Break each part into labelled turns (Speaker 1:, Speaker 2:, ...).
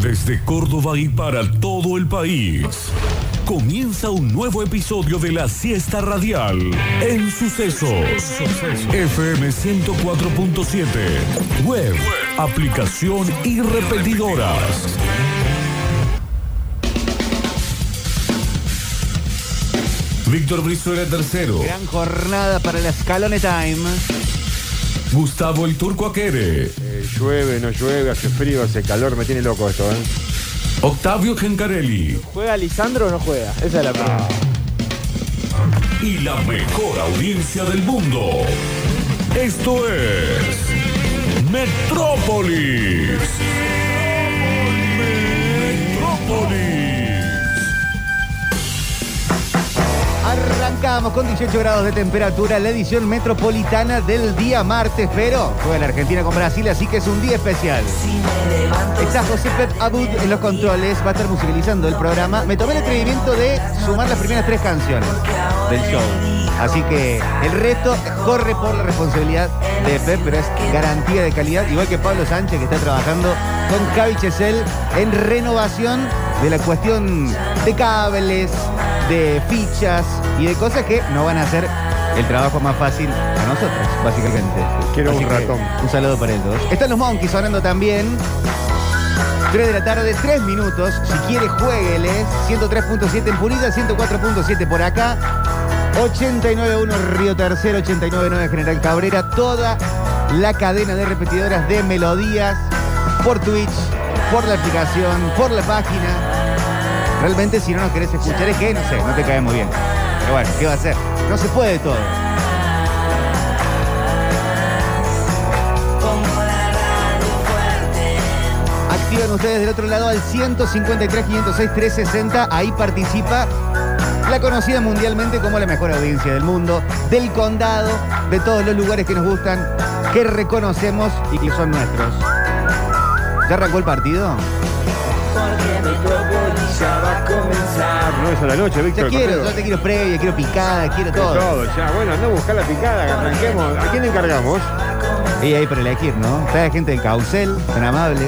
Speaker 1: Desde Córdoba y para todo el país. Comienza un nuevo episodio de la siesta radial en Sucesos. FM 104.7. Web, aplicación y repetidoras. Víctor Brizuela III.
Speaker 2: Gran jornada para la Scalone Time.
Speaker 1: Gustavo el Turco Aquere.
Speaker 3: Eh, llueve, no llueve, hace frío, hace calor, me tiene loco esto, ¿eh?
Speaker 1: Octavio Gencarelli.
Speaker 4: ¿Juega Lisandro o no juega? Esa es la pregunta.
Speaker 1: y la mejor audiencia del mundo. Esto es Metrópolis. Metrópolis.
Speaker 2: Arrancamos con 18 grados de temperatura la edición metropolitana del día martes, pero juega la Argentina con Brasil, así que es un día especial. Está José Pep Abud en los controles, va a estar musicalizando el programa. Me tomé el atrevimiento de sumar las primeras tres canciones del show. Así que el reto corre por la responsabilidad de Pep, pero es garantía de calidad, igual que Pablo Sánchez que está trabajando con Cavi Chesel en renovación de la cuestión de cables, de fichas y de cosas que no van a hacer el trabajo más fácil a nosotros, básicamente.
Speaker 3: Quiero un
Speaker 2: que,
Speaker 3: ratón.
Speaker 2: Un saludo para ellos. Están los Monkeys sonando también. 3 de la tarde, 3 minutos. Si quiere, juegueles. 103.7 en Punita, 104.7 por acá. 89.1 Río Tercero, 89.9 General Cabrera. Toda la cadena de repetidoras de melodías por Twitch, por la aplicación, por la página. Realmente, si no nos querés escuchar, es que no sé, no te cae muy bien. Pero bueno, ¿qué va a hacer? No se puede todo. Activan ustedes del otro lado al 153 506 360. Ahí participa la conocida mundialmente como la mejor audiencia del mundo, del condado, de todos los lugares que nos gustan, que reconocemos y que son nuestros. ¿Ya arrancó el partido?
Speaker 3: No es a la noche,
Speaker 2: Ya
Speaker 3: Víctor.
Speaker 2: quiero,
Speaker 3: conmigo.
Speaker 2: yo te quiero previa, quiero picada, quiero todo.
Speaker 3: Todo, ya. Bueno, anda a buscar la picada, arranquemos. ¿A quién encargamos?
Speaker 2: Y ahí para elegir, ¿no? Está la gente del Caucel, tan amables.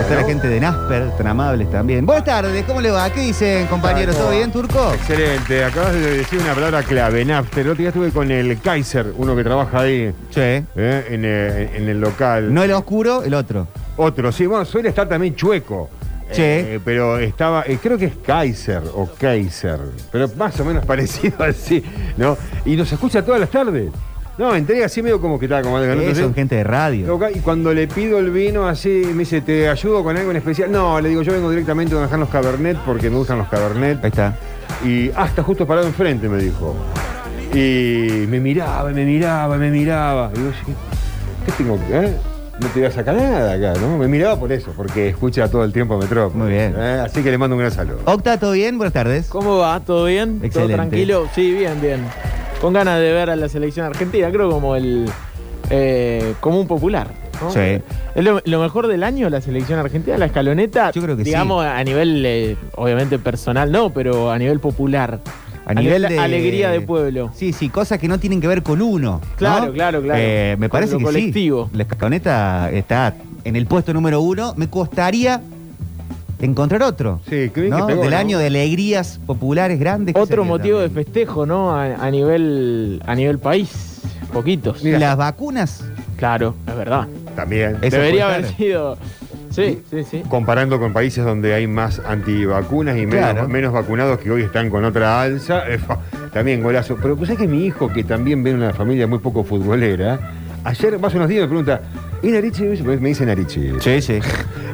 Speaker 2: Está la
Speaker 3: Bueno.
Speaker 2: gente de Nasper, tan amables también. Buenas tardes, ¿cómo le va? ¿Qué dicen, compañeros? ¿Todo bien, Turco?
Speaker 3: Excelente, acabas de decir una palabra clave, Napster. El otro día estuve con el Kaiser, uno que trabaja ahí,
Speaker 2: Che.
Speaker 3: eh, en, eh, en el local.
Speaker 2: No el oscuro, el otro.
Speaker 3: Otro, sí, bueno, suele estar también chueco.
Speaker 2: Sí.
Speaker 3: Eh, pero estaba, eh, creo que es Kaiser o Kaiser, pero más o menos parecido así, ¿no? Y nos escucha todas las tardes. No, entrega así medio como que estaba como algo, ¿no?
Speaker 2: Eh,
Speaker 3: Entonces,
Speaker 2: son gente de radio.
Speaker 3: loca- Y cuando le pido el vino así, me dice, ¿te ayudo con algo en especial? No, le digo, yo vengo directamente a dejar los cabernet porque me gustan los cabernet.
Speaker 2: Ahí está.
Speaker 3: Y hasta justo parado enfrente, me dijo. Y me miraba, me miraba, me miraba. Digo, "Sí, ¿qué tengo que eh? No te voy a sacar nada acá, ¿no? Me miraba por eso, porque escucha todo el tiempo Metrópolis.
Speaker 2: Muy bien.
Speaker 3: ¿eh? Así que le mando un gran saludo.
Speaker 2: Octa, ¿todo bien? Buenas tardes.
Speaker 4: ¿Cómo va? ¿Todo bien?
Speaker 2: Excelente.
Speaker 4: ¿Todo tranquilo? Sí, bien, bien. Con ganas de ver a la selección argentina, creo como el eh, común popular. ¿no?
Speaker 2: Sí.
Speaker 4: Es lo, lo mejor del año la selección argentina, la escaloneta.
Speaker 2: Yo creo que sí.
Speaker 4: digamos, a nivel, eh, obviamente personal no, pero a nivel popular.
Speaker 2: A nivel de...
Speaker 4: Alegría de pueblo.
Speaker 2: Sí, sí, cosas que no tienen que ver con uno. ¿no?
Speaker 4: Claro, claro, claro.
Speaker 2: Eh, me
Speaker 4: Con
Speaker 2: parece
Speaker 4: lo
Speaker 2: que
Speaker 4: colectivo.
Speaker 2: sí. La escaloneta está en el puesto número uno. Me costaría encontrar otro.
Speaker 3: Sí, qué bien
Speaker 2: ¿no?
Speaker 3: que pegó,
Speaker 2: Del
Speaker 3: ¿no?
Speaker 2: alegría año de alegrías populares grandes. que
Speaker 4: Otro
Speaker 2: se viene
Speaker 4: motivo de
Speaker 2: también.
Speaker 4: festejo, ¿no? A, a nivel a nivel país. Poquitos.
Speaker 3: Mira.
Speaker 2: Las vacunas.
Speaker 4: Claro, es verdad.
Speaker 3: También.
Speaker 2: Eso
Speaker 4: Debería
Speaker 2: puede
Speaker 4: haber
Speaker 2: ser.
Speaker 4: sido. Sí, sí, sí.
Speaker 3: Comparando con países donde hay más antivacunas y menos,
Speaker 2: Claro.
Speaker 3: menos vacunados que hoy están con otra alza, eh, fa, también golazo. Pero pues es que mi hijo, que también viene de una familia muy poco futbolera, ayer, más unos días, me pregunta, ¿y Narichi? Me dice Narichi.
Speaker 2: Sí, sí.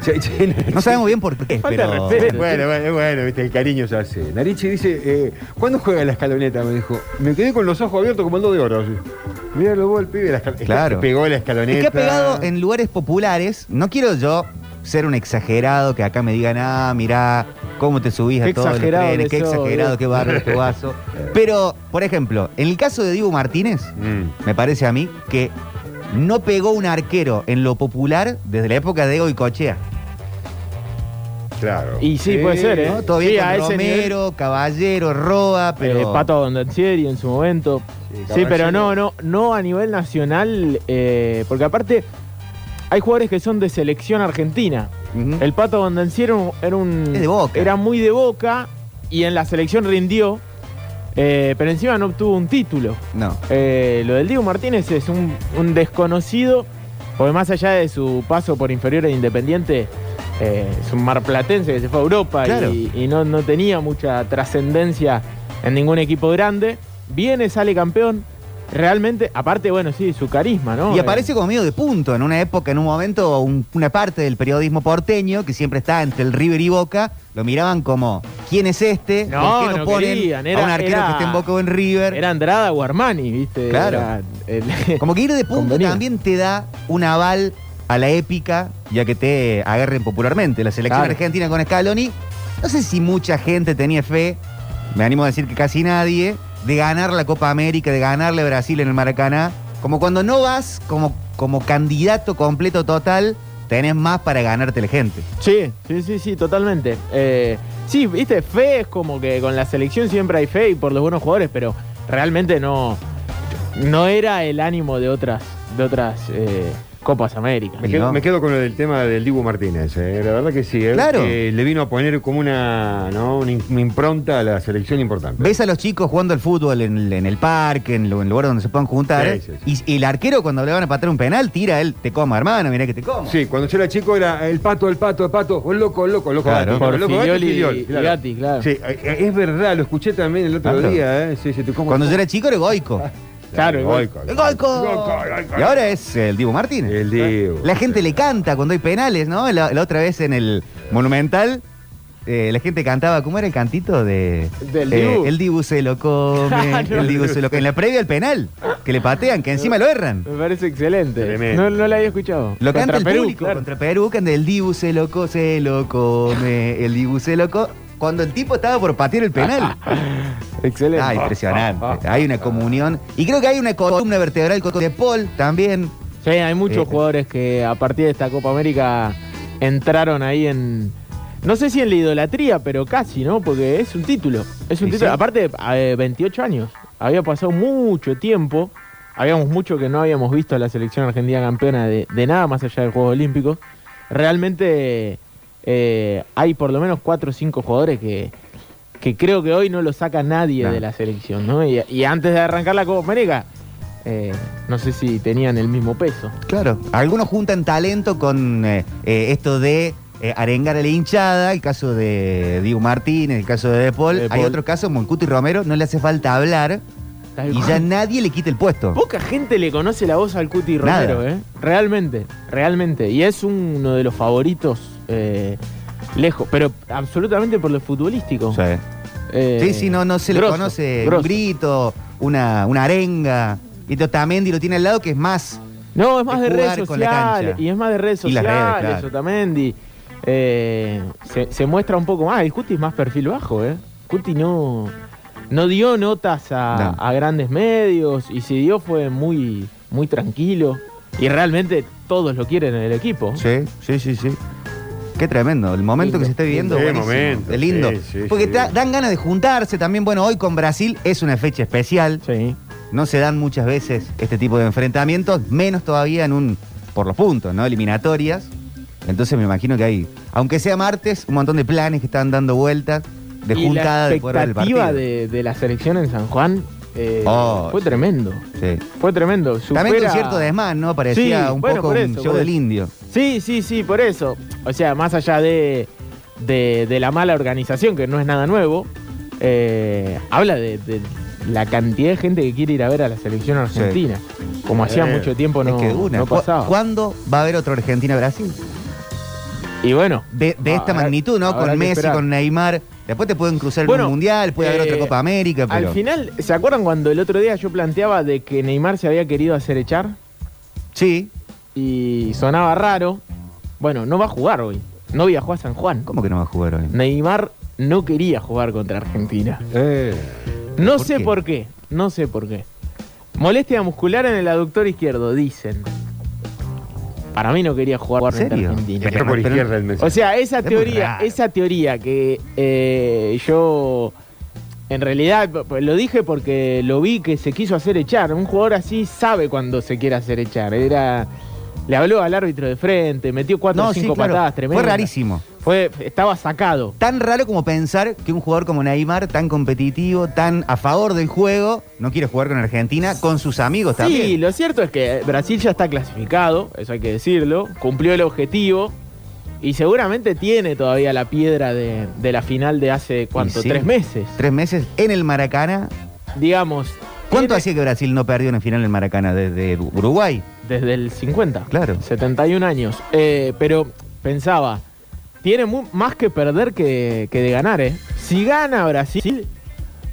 Speaker 3: Che, che, Narichi.
Speaker 2: No sabemos bien por qué,
Speaker 4: Falta de
Speaker 2: pero...
Speaker 4: respeto.
Speaker 3: Bueno, bueno, bueno, viste, el cariño se hace. Narichi dice, eh, ¿cuándo juega la escaloneta? Me dijo. Me quedé con los ojos abiertos como el 2 de oro. así. Míralo vos, el pibe. La escal-
Speaker 2: Claro.
Speaker 3: Pegó la escaloneta.
Speaker 2: Es que ha pegado en lugares populares. No quiero yo ser un exagerado que acá me digan, ah, mirá, cómo te subís a
Speaker 4: Qué
Speaker 2: todos los
Speaker 4: exagerado
Speaker 2: trenes,
Speaker 4: que
Speaker 2: qué
Speaker 4: sos,
Speaker 2: exagerado,
Speaker 4: Dios.
Speaker 2: qué bárbaro tu vaso. Pero, por ejemplo, en el caso de Dibu Martínez,
Speaker 3: Mm.
Speaker 2: me parece a mí que no pegó un arquero en lo popular desde la época de Goicochea.
Speaker 3: Claro.
Speaker 4: Y sí, puede ser, ¿eh?
Speaker 2: ¿no? Todavía
Speaker 4: Sí,
Speaker 2: con
Speaker 4: a ese
Speaker 2: Romero, Caballero, Roa, pero...
Speaker 4: Eh, Pato Abondanzieri en su momento.
Speaker 3: Sí,
Speaker 4: Sí,
Speaker 3: Caballero.
Speaker 4: pero no, no, no a nivel nacional, eh, porque aparte hay jugadores que son de selección argentina.
Speaker 2: Ujú.
Speaker 4: El Pato Bondanciero era un.
Speaker 2: Es de Boca.
Speaker 4: Era muy de boca y en la selección rindió. eh, pero encima no obtuvo un título.
Speaker 2: No.
Speaker 4: Eh, lo del Diego Martínez es un, un desconocido, porque más allá de su paso por inferior e independiente, eh, es un marplatense que se fue a Europa
Speaker 2: Claro.
Speaker 4: y, y no, no tenía mucha trascendencia en ningún equipo grande. Viene, sale campeón. Realmente, aparte, bueno, sí, su carisma, ¿no?
Speaker 2: Y
Speaker 4: Eh,
Speaker 2: aparece como medio de punto en una época, en un momento, un- una parte del periodismo porteño que siempre está entre el River y Boca, lo miraban como ¿quién es este?
Speaker 4: No,
Speaker 2: ¿Por qué
Speaker 4: no
Speaker 2: ponen
Speaker 4: querían,
Speaker 2: a un
Speaker 4: era-
Speaker 2: arquero
Speaker 4: era-
Speaker 2: que esté en Boca o en River?
Speaker 4: Era Andrada o Armani, ¿viste?
Speaker 2: Claro.
Speaker 4: Era el-
Speaker 2: Como que ir de punto
Speaker 4: Convenía.
Speaker 2: también te da un aval a la épica, ya que te agarren popularmente. La selección
Speaker 4: Claro.
Speaker 2: argentina con Scaloni, no sé si mucha gente tenía fe, me animo a decir que casi nadie, de ganar la Copa América, de ganarle a Brasil en el Maracaná. Como cuando no vas como, como candidato completo total, tenés más para ganarte la gente.
Speaker 4: Sí, sí, sí, sí, totalmente. Eh, sí, viste, fe es como que con la selección siempre hay fe y por los buenos jugadores, pero realmente no, no era el ánimo de otras, de otras eh, Copas América.
Speaker 3: Me
Speaker 2: Y
Speaker 3: quedo,
Speaker 2: no.
Speaker 3: me quedo con el tema del Dibu Martínez, eh, la verdad que sí. eh,
Speaker 2: Claro.
Speaker 3: que le vino a poner como una, ¿no? una, in- una impronta a la selección importante.
Speaker 2: Ves a los chicos jugando al fútbol en, el- en el parque, en, lo- en el lugar donde se puedan juntar.
Speaker 3: Sí, sí,
Speaker 2: Y, y el arquero, cuando le van a patar un penal, tira él, te coma, hermano, mirá que te coma.
Speaker 3: Sí, cuando yo era chico era el pato, el pato, el pato, o el loco, el loco, el loco.
Speaker 2: Claro.
Speaker 3: Gatti, el loco
Speaker 4: Porfiglioli
Speaker 3: Gatti,
Speaker 4: y- y
Speaker 3: claro.
Speaker 4: Gatti, claro.
Speaker 3: Sí, eh, eh, es verdad, lo escuché también el otro
Speaker 2: Claro.
Speaker 3: día. Eh. Sí, sí, te como-
Speaker 2: Cuando yo era chico era Goico.
Speaker 4: Ah, Claro,
Speaker 3: el
Speaker 4: Goico.
Speaker 3: Goico.
Speaker 2: ¡El Goico!
Speaker 3: Goico, Goico.
Speaker 2: Y ahora es el Dibu Martínez.
Speaker 3: El Dibu.
Speaker 2: La gente le canta cuando hay penales, ¿no? La, la otra vez en el Monumental, eh, la gente cantaba, ¿cómo era el cantito de.
Speaker 4: Del
Speaker 2: eh,
Speaker 4: Dibu.
Speaker 2: El Dibu se lo come,
Speaker 4: Claro.
Speaker 2: el Dibu se lo come. En la previa al penal, que le patean, que encima lo erran.
Speaker 4: Me parece excelente. No,
Speaker 3: Tremendo.
Speaker 4: no la había escuchado.
Speaker 2: Lo canta
Speaker 4: Contra
Speaker 2: el
Speaker 4: Perú,
Speaker 2: público
Speaker 4: claro.
Speaker 2: contra Perú, canta el Dibu se lo, co- se lo come, el Dibu se lo co- Cuando el tipo estaba por patear el penal.
Speaker 4: Excelente.
Speaker 2: Ah, impresionante. Hay una comunión. Y creo que hay una columna vertebral con de Paul también.
Speaker 4: Sí, hay muchos
Speaker 2: Eh.
Speaker 4: jugadores que a partir de esta Copa América entraron ahí en. No sé si en la idolatría, pero casi, ¿no? Porque es un título. Es un
Speaker 2: Y
Speaker 4: título.
Speaker 2: sí.
Speaker 4: Aparte, eh, 28 años. Había pasado mucho tiempo. Habíamos mucho que no habíamos visto a la selección argentina campeona de, de nada más allá de Juegos Olímpicos. Realmente eh, hay por lo menos 4 o 5 jugadores que, que creo que hoy no lo saca nadie
Speaker 2: No.
Speaker 4: de la selección, ¿no? Y, y antes de arrancar la Copa América, eh, no sé si tenían el mismo peso.
Speaker 2: Claro, algunos juntan talento con eh, eh, esto de eh, arengar a la hinchada, el caso de Diego Martínez, el caso de De Paul.
Speaker 4: De
Speaker 2: Hay
Speaker 4: Paul.
Speaker 2: otro caso, Moncuti Romero, no le hace falta hablar
Speaker 4: Tal
Speaker 2: y
Speaker 4: cual.
Speaker 2: ya nadie le quita el puesto.
Speaker 4: Poca gente le conoce la voz al Cuti Romero,
Speaker 2: Nada.
Speaker 4: ¿eh? Realmente, realmente. Y es uno de los favoritos eh, lejos, pero absolutamente por lo futbolístico.
Speaker 2: Sí,
Speaker 4: Eh,
Speaker 2: sí, sí, no, no se le
Speaker 4: grosso,
Speaker 2: conoce
Speaker 4: grosso.
Speaker 2: un grito, una, una arenga. Y Tamendi lo tiene al lado que es más.
Speaker 4: No, es más
Speaker 2: es
Speaker 4: de redes
Speaker 2: jugar con la
Speaker 4: sociales.
Speaker 2: cancha.
Speaker 4: Y es más de redes
Speaker 2: Y las
Speaker 4: sociales,
Speaker 2: redes, claro.
Speaker 4: Otamendi. Eh, se, se muestra un poco más. El Cuti es más perfil bajo, ¿eh? Cuti no, no dio notas a,
Speaker 2: No.
Speaker 4: a grandes medios y si dio fue muy, muy tranquilo. Y realmente todos lo quieren en el equipo.
Speaker 2: Sí, sí, sí, sí. Qué tremendo, el momento
Speaker 4: Lindo,
Speaker 2: que se está viviendo.
Speaker 3: lindo. Qué
Speaker 2: buenísimo,
Speaker 3: momento,
Speaker 2: qué lindo.
Speaker 3: sí, sí,
Speaker 2: Porque
Speaker 3: sí.
Speaker 2: da- dan ganas de juntarse también. Bueno, hoy con Brasil es una fecha especial.
Speaker 4: Sí.
Speaker 2: No se dan muchas veces este tipo de enfrentamientos, menos todavía en un, por los puntos, ¿no? Eliminatorias. Entonces me imagino que hay, aunque sea martes, un montón de planes que están dando vueltas, de
Speaker 4: Y
Speaker 2: juntada,
Speaker 4: la
Speaker 2: de poder ver el
Speaker 4: expectativa
Speaker 2: partido.
Speaker 4: de, de la selección en San Juan eh,
Speaker 2: Oh,
Speaker 4: fue
Speaker 2: sí.
Speaker 4: tremendo.
Speaker 2: Sí.
Speaker 4: Fue tremendo.
Speaker 2: También con
Speaker 4: supera-
Speaker 2: cierto desmán, ¿no? Parecía
Speaker 4: Sí,
Speaker 2: un
Speaker 4: bueno,
Speaker 2: poco
Speaker 4: por
Speaker 2: un
Speaker 4: eso,
Speaker 2: show
Speaker 4: por
Speaker 2: del
Speaker 4: eso.
Speaker 2: indio.
Speaker 4: Sí, sí, sí, por eso. O sea, más allá de, de- de la mala organización, que no es nada nuevo, eh, habla de, de la cantidad de gente que quiere ir a ver a la selección argentina. Como hacía
Speaker 3: Eh,
Speaker 4: mucho tiempo no,
Speaker 2: es que de una.
Speaker 4: no
Speaker 2: ¿cu-
Speaker 4: pasaba.
Speaker 2: ¿Cuándo va a haber otro Argentina-Brasil?
Speaker 4: Y bueno,
Speaker 2: De, de
Speaker 4: Ah,
Speaker 2: esta
Speaker 4: habrá-
Speaker 2: magnitud, ¿no?
Speaker 4: habrá
Speaker 2: Con
Speaker 4: que
Speaker 2: Messi,
Speaker 4: esperar.
Speaker 2: con Neymar. Después te pueden cruzar en
Speaker 4: Bueno,
Speaker 2: un mundial, puede haber
Speaker 4: eh,
Speaker 2: otra Copa América, pero.
Speaker 4: al final, ¿se acuerdan cuando el otro día yo planteaba de que Neymar se había querido hacer echar?
Speaker 2: Sí.
Speaker 4: y sonaba raro. Bueno, no va a jugar hoy. No viajó a San Juan.
Speaker 2: ¿Cómo que no va a jugar hoy?
Speaker 4: Neymar no quería jugar contra Argentina.
Speaker 3: Eh,
Speaker 4: No
Speaker 2: ¿Por
Speaker 4: sé
Speaker 2: qué?
Speaker 4: por qué. No sé por qué. Molestia muscular en el aductor izquierdo, dicen. Para mí no quería jugar
Speaker 2: ¿En
Speaker 4: contra
Speaker 2: serio?
Speaker 4: Argentina.
Speaker 3: está por
Speaker 2: pero-
Speaker 3: izquierda el mensaje.
Speaker 4: O sea, esa
Speaker 2: Es muy
Speaker 4: teoría,
Speaker 2: raro.
Speaker 4: esa teoría que eh, yo en realidad p- p- lo dije porque lo vi que se quiso hacer echar. Un jugador así sabe cuando se quiere hacer echar. Era Le habló al árbitro de frente, metió cuatro o
Speaker 2: No, sí,
Speaker 4: cinco
Speaker 2: claro.
Speaker 4: patadas tremendas.
Speaker 2: Fue rarísimo.
Speaker 4: Fue, estaba sacado.
Speaker 2: Tan raro como pensar que un jugador como Neymar, tan competitivo, tan a favor del juego, no quiere jugar con Argentina, con sus amigos también.
Speaker 4: Sí, lo cierto es que Brasil ya está clasificado, eso hay que decirlo, cumplió el objetivo y seguramente tiene todavía la piedra de, de la final de hace cuánto,
Speaker 2: Y sí.
Speaker 4: tres meses,
Speaker 2: Tres meses en el Maracaná.
Speaker 4: digamos.
Speaker 2: ¿Cuánto
Speaker 4: tiene-
Speaker 2: hacía que Brasil no perdió en el final en el Maracaná desde Uruguay?
Speaker 4: Desde el 50.
Speaker 2: Claro.
Speaker 4: 71 años. Eh, pero pensaba, tiene mu- más que perder que, que de ganar, ¿eh? Si gana Brasil,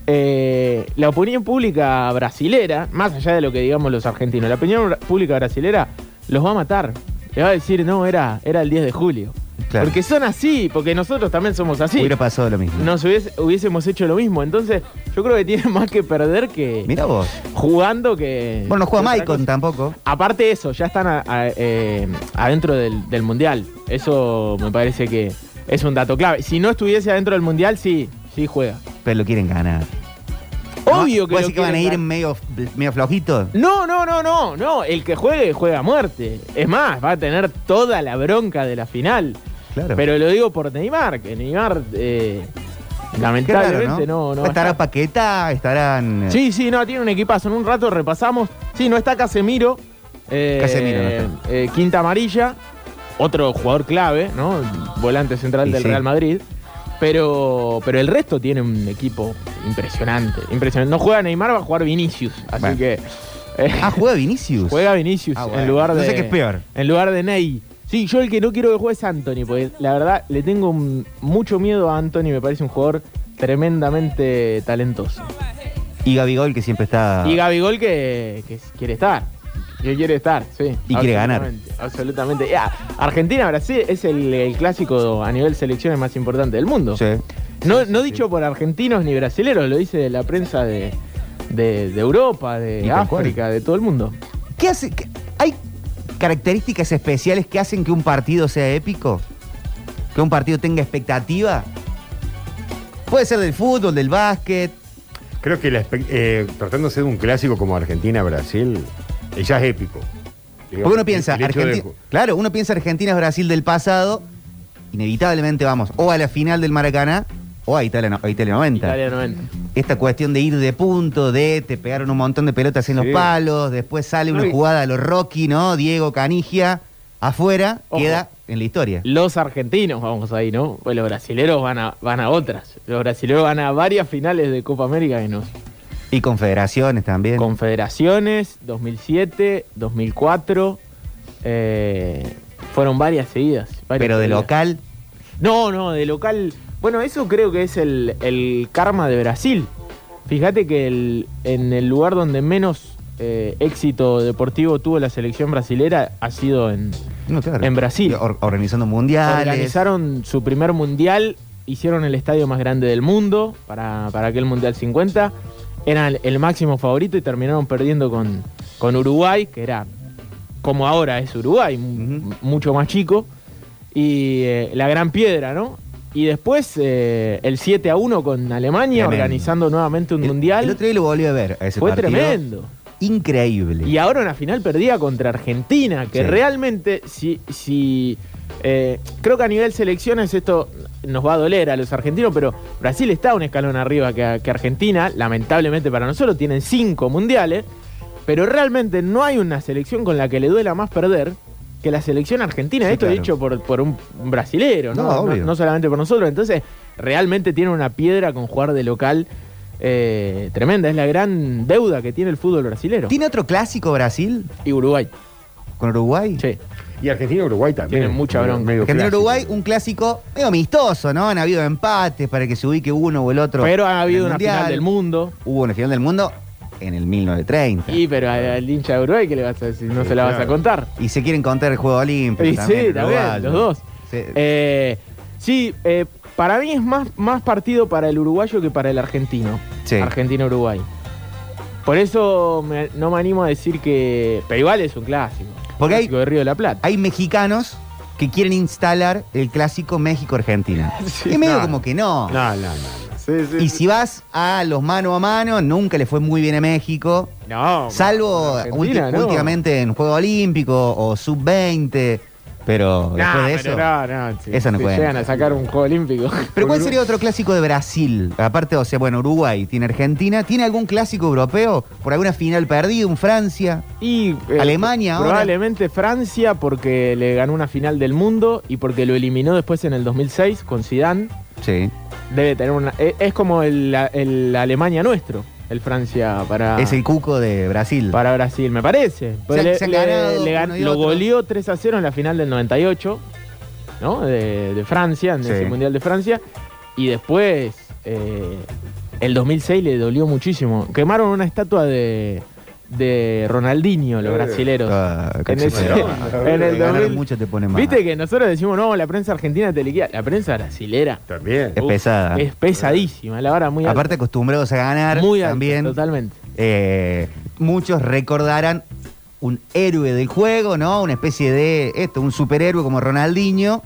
Speaker 4: eh, la opinión pública brasilera, más allá de lo que digamos los argentinos, la opinión bra- pública brasilera los va a matar. Le va a decir, no, era, era el 10 de julio.
Speaker 2: Claro.
Speaker 4: Porque son así, porque nosotros también somos así.
Speaker 2: Hubiera pasado lo mismo.
Speaker 4: Nos hubiese- hubiésemos hecho lo mismo. Entonces, yo creo que tiene más que perder que
Speaker 2: Mira vos.
Speaker 4: jugando que.
Speaker 2: Bueno, no juega
Speaker 4: que otra cosa.
Speaker 2: Maicon tampoco.
Speaker 4: Aparte de eso, ya están a- a- eh, adentro del, del Mundial. Eso me parece que es un dato clave. Si no estuviese adentro del Mundial, sí, sí juega.
Speaker 2: Pero lo quieren ganar.
Speaker 4: Obvio que,
Speaker 2: ¿Vos
Speaker 4: lo
Speaker 2: decís que van a
Speaker 4: quieren
Speaker 2: ir
Speaker 4: ganar.
Speaker 2: medio, medio flojitos?
Speaker 4: No, no, no, no, no. El que juegue, juega a muerte. Es más, va a tener toda la bronca de la final.
Speaker 2: Claro.
Speaker 4: Pero lo digo por Neymar, que Neymar, eh,
Speaker 2: Qué raro,
Speaker 4: lamentablemente, no, no,
Speaker 2: Estará
Speaker 4: está.
Speaker 2: Paqueta, estarán. eh,
Speaker 4: Sí, sí, no, tiene un equipazo. En un rato repasamos. Sí, no está Casemiro. eh,
Speaker 2: Casemiro no está.
Speaker 4: eh, quinta amarilla. Otro jugador clave, ¿no? Volante central
Speaker 2: Y
Speaker 4: del
Speaker 2: sí.
Speaker 4: Real Madrid. Pero, pero el resto tiene un equipo impresionante. Impresionante. No juega Neymar, va a jugar Vinicius. Así
Speaker 2: Bueno.
Speaker 4: que. eh,
Speaker 2: Ah, juega Vinicius.
Speaker 4: juega Vinicius
Speaker 2: Ah, bueno.
Speaker 4: en lugar de.
Speaker 2: No sé qué es peor.
Speaker 4: En lugar de Ney. Sí, yo el que no quiero que juegue es Anthony, porque la verdad le tengo un- mucho miedo a Anthony, me parece un jugador tremendamente talentoso.
Speaker 2: Y Gabigol, que siempre está.
Speaker 4: Y Gabigol que, que quiere estar. Que quiere estar, sí.
Speaker 2: Y quiere ganar.
Speaker 4: Absolutamente, Absolutamente. Argentina-Brasil es el, el clásico a nivel selecciones más importante del mundo.
Speaker 2: Sí.
Speaker 4: No, no dicho por argentinos ni brasileros, lo dice la prensa de, de- de Europa,
Speaker 2: Y
Speaker 4: de
Speaker 2: tal cual.
Speaker 4: África, de todo el mundo.
Speaker 2: ¿Qué hace? qué- ¿Hay características especiales que hacen que un partido sea épico? ¿Que un partido tenga expectativa? Puede ser del fútbol, del básquet.
Speaker 3: Creo que la espe- eh, tratándose de un clásico como Argentina-Brasil, eh, ya es épico.
Speaker 2: Porque
Speaker 3: Digamos,
Speaker 2: uno piensa,
Speaker 3: el hecho de
Speaker 2: Argenti-
Speaker 3: ju-
Speaker 2: claro, uno piensa Argentina es Brasil del pasado, inevitablemente vamos o a la final del Maracaná o a Italia, no- a Italia 90.
Speaker 4: Italia 90.
Speaker 2: Esta cuestión de ir de punto, de te pegaron un montón de pelotas en
Speaker 3: Sí.
Speaker 2: los palos, después sale una
Speaker 3: No, y-
Speaker 2: jugada a los Rocky, ¿no? Diego Canigia, afuera,
Speaker 4: Ojo.
Speaker 2: queda en la historia.
Speaker 4: Los argentinos, vamos ahí, ¿no? Pues los brasileros van a, van a otras. Los brasileros van a varias finales de Copa América que nos,
Speaker 2: Y confederaciones también.
Speaker 4: Confederaciones, 2007, 2004. eh, fueron varias seguidas. varias
Speaker 2: Pero de
Speaker 4: seguidas.
Speaker 2: local,
Speaker 4: No, no, de local. Bueno, eso creo que es el, el karma de Brasil. Fíjate que el- en el lugar donde menos eh, éxito deportivo tuvo la selección brasilera ha sido en.
Speaker 2: no, claro.
Speaker 4: En Brasil.
Speaker 2: Or- organizando mundiales.
Speaker 4: Organizaron su primer mundial, hicieron el estadio más grande del mundo para, para aquel Mundial 50. Eran el máximo favorito y terminaron perdiendo con, con Uruguay, que era como ahora es Uruguay, mu-
Speaker 2: Ujú.
Speaker 4: mucho más chico. Y eh, la gran piedra, ¿no? Y después eh, el 7 a 1 con Alemania,
Speaker 2: Tremendo.
Speaker 4: organizando nuevamente un
Speaker 2: El-
Speaker 4: mundial.
Speaker 2: El otro día lo volví a ver a ese
Speaker 4: Fue
Speaker 2: partido.
Speaker 4: tremendo.
Speaker 2: Increíble.
Speaker 4: Y ahora una final perdida contra Argentina, que
Speaker 2: Sí.
Speaker 4: realmente, si, si eh, creo que a nivel selecciones esto nos va a doler a los argentinos, pero Brasil está un escalón arriba que, que Argentina, lamentablemente para nosotros, tienen cinco mundiales, pero realmente no hay una selección con la que le duela más perder que la selección argentina.
Speaker 2: Sí,
Speaker 4: esto
Speaker 2: claro.
Speaker 4: dicho por, por un brasilero, ¿no?
Speaker 2: No,
Speaker 4: No,
Speaker 2: obvio.
Speaker 4: no solamente por nosotros. Entonces, realmente tiene una piedra con jugar de local. eh, tremenda, es la gran deuda que tiene el fútbol brasilero.
Speaker 2: ¿Tiene otro clásico Brasil
Speaker 4: Y Uruguay.
Speaker 2: con Uruguay?
Speaker 4: Sí.
Speaker 3: Y Argentina-Uruguay también.
Speaker 4: Tienen mucha bronca.
Speaker 2: Argentina-Uruguay, un clásico medio amistoso, ¿no? Han habido empates para que se ubique uno o el otro.
Speaker 4: Pero ha
Speaker 2: en
Speaker 4: habido
Speaker 2: el
Speaker 4: una
Speaker 2: mundial.
Speaker 4: final del mundo.
Speaker 2: Hubo una final del mundo en el 1930. Y,
Speaker 4: Y pero al- al hincha de Uruguay, ¿qué le vas a decir? No se la vas a
Speaker 3: claro.
Speaker 4: contar.
Speaker 2: se quieren contar el Juego Olímpico.
Speaker 4: Y
Speaker 2: también,
Speaker 4: sí, también,
Speaker 2: uruguayo.
Speaker 4: los dos.
Speaker 2: Sí.
Speaker 4: Eh, sí, eh, para mí es más, más partido para el uruguayo que para el argentino.
Speaker 2: Sí.
Speaker 4: Argentino-Uruguay. Por eso me- no me animo a decir que. Pero igual es un clásico.
Speaker 2: Porque
Speaker 4: Un
Speaker 2: hay-
Speaker 4: clásico de Río de la Plata.
Speaker 2: hay mexicanos que quieren instalar el clásico México-Argentina.
Speaker 4: Sí,
Speaker 2: y medio
Speaker 3: no.
Speaker 2: como que no.
Speaker 3: No, no, no.
Speaker 2: Y si vas a los mano a mano, nunca le fue muy bien a México.
Speaker 4: No.
Speaker 2: Salvo
Speaker 4: Argentina,
Speaker 2: ulti-
Speaker 4: no.
Speaker 2: últimamente en Juego Olímpico o Sub-20, pero
Speaker 4: No,
Speaker 2: después de
Speaker 4: pero
Speaker 2: eso...
Speaker 4: no, no, si-
Speaker 2: eso no
Speaker 4: si
Speaker 2: cuenta.
Speaker 4: llegan a sacar un juego olímpico.
Speaker 2: Pero ¿cuál sería otro clásico de Brasil? Aparte, o sea, bueno, Uruguay tiene Argentina, ¿tiene algún clásico europeo? ¿Por alguna final perdida? ¿Un Francia?
Speaker 4: Y, eh,
Speaker 2: Alemania ahora.
Speaker 4: Probablemente Francia porque le ganó una final del mundo y porque lo eliminó después en el 2006 con Zidane.
Speaker 2: Sí.
Speaker 4: Debe tener una... e- Es como el, el Alemania nuestro, el Francia para...
Speaker 2: Ah. Es el cuco de Brasil.
Speaker 4: Para Brasil, me parece. Pero
Speaker 2: Se-
Speaker 4: le-
Speaker 2: se han
Speaker 4: le-
Speaker 2: ganado
Speaker 4: le gan-
Speaker 2: uno y
Speaker 4: lo
Speaker 2: otro.
Speaker 4: goleó 3 a 0 en la final del 98, ¿no? De, de Francia, en
Speaker 2: Sí.
Speaker 4: ese Mundial de Francia. Y después, eh, el 2006 le dolió muchísimo. Quemaron una estatua de, de Ronaldinho, los
Speaker 3: Eh,
Speaker 4: brasileros.
Speaker 2: Ah,
Speaker 4: en,
Speaker 2: qué
Speaker 4: ese-
Speaker 2: excelente.
Speaker 4: en el
Speaker 2: Ganar
Speaker 4: 2000.
Speaker 2: mucho te pone mal.
Speaker 4: Viste que nosotros decimos, no, la prensa argentina te liquida. La prensa brasilera
Speaker 3: También.
Speaker 2: Es
Speaker 4: Uf,
Speaker 2: pesada.
Speaker 4: es pesadísima, la hora muy alta.
Speaker 2: Aparte acostumbrados a ganar
Speaker 4: muy alta,
Speaker 2: también.
Speaker 4: totalmente.
Speaker 2: eh, muchos recordarán un héroe del juego, ¿no? Una especie de esto, un superhéroe como Ronaldinho.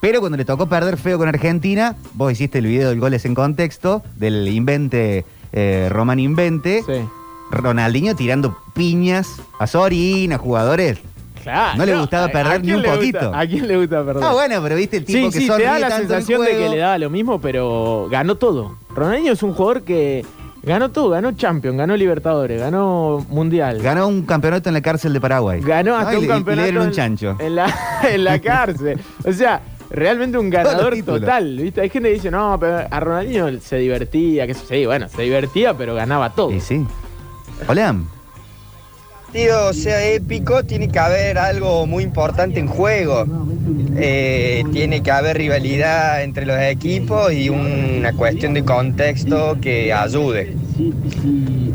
Speaker 2: Pero cuando le tocó perder feo con Argentina, vos hiciste el video del goles en contexto, del invente, eh, Román Invente,
Speaker 4: Sí.
Speaker 2: Ronaldinho tirando piñas a Sorín, a jugadores.
Speaker 4: Claro,
Speaker 2: No le gustaba perder
Speaker 4: quién
Speaker 2: ni un
Speaker 4: le gusta-
Speaker 2: poquito.
Speaker 4: ¿A quién le gusta perder?
Speaker 2: Ah, bueno, pero viste el tipo
Speaker 4: Sí,
Speaker 2: que
Speaker 4: sí, te
Speaker 2: sonríe
Speaker 4: da la
Speaker 2: tanto en el
Speaker 4: sensación de que
Speaker 2: juego.
Speaker 4: le daba lo mismo, pero ganó todo. Ronaldinho es un jugador que ganó todo, ganó Champions, ganó Libertadores, ganó Mundial.
Speaker 2: Ganó un campeonato en la cárcel de Paraguay.
Speaker 4: Ganó hasta
Speaker 2: No, y
Speaker 4: un
Speaker 2: le- y le
Speaker 4: campeonato
Speaker 2: dieron un
Speaker 4: en-
Speaker 2: chancho.
Speaker 4: En, la, en la cárcel. O sea, realmente un
Speaker 2: los
Speaker 4: ganador
Speaker 2: títulos.
Speaker 4: total. ¿viste? Hay gente que dice, no, pero a Ronaldinho se divertía, que sí, bueno, se divertía, pero ganaba todo.
Speaker 2: Y sí. Hola.
Speaker 5: partido sea épico, tiene que haber algo muy importante en juego. Eh, tiene que haber rivalidad entre los equipos y una cuestión de contexto que ayude.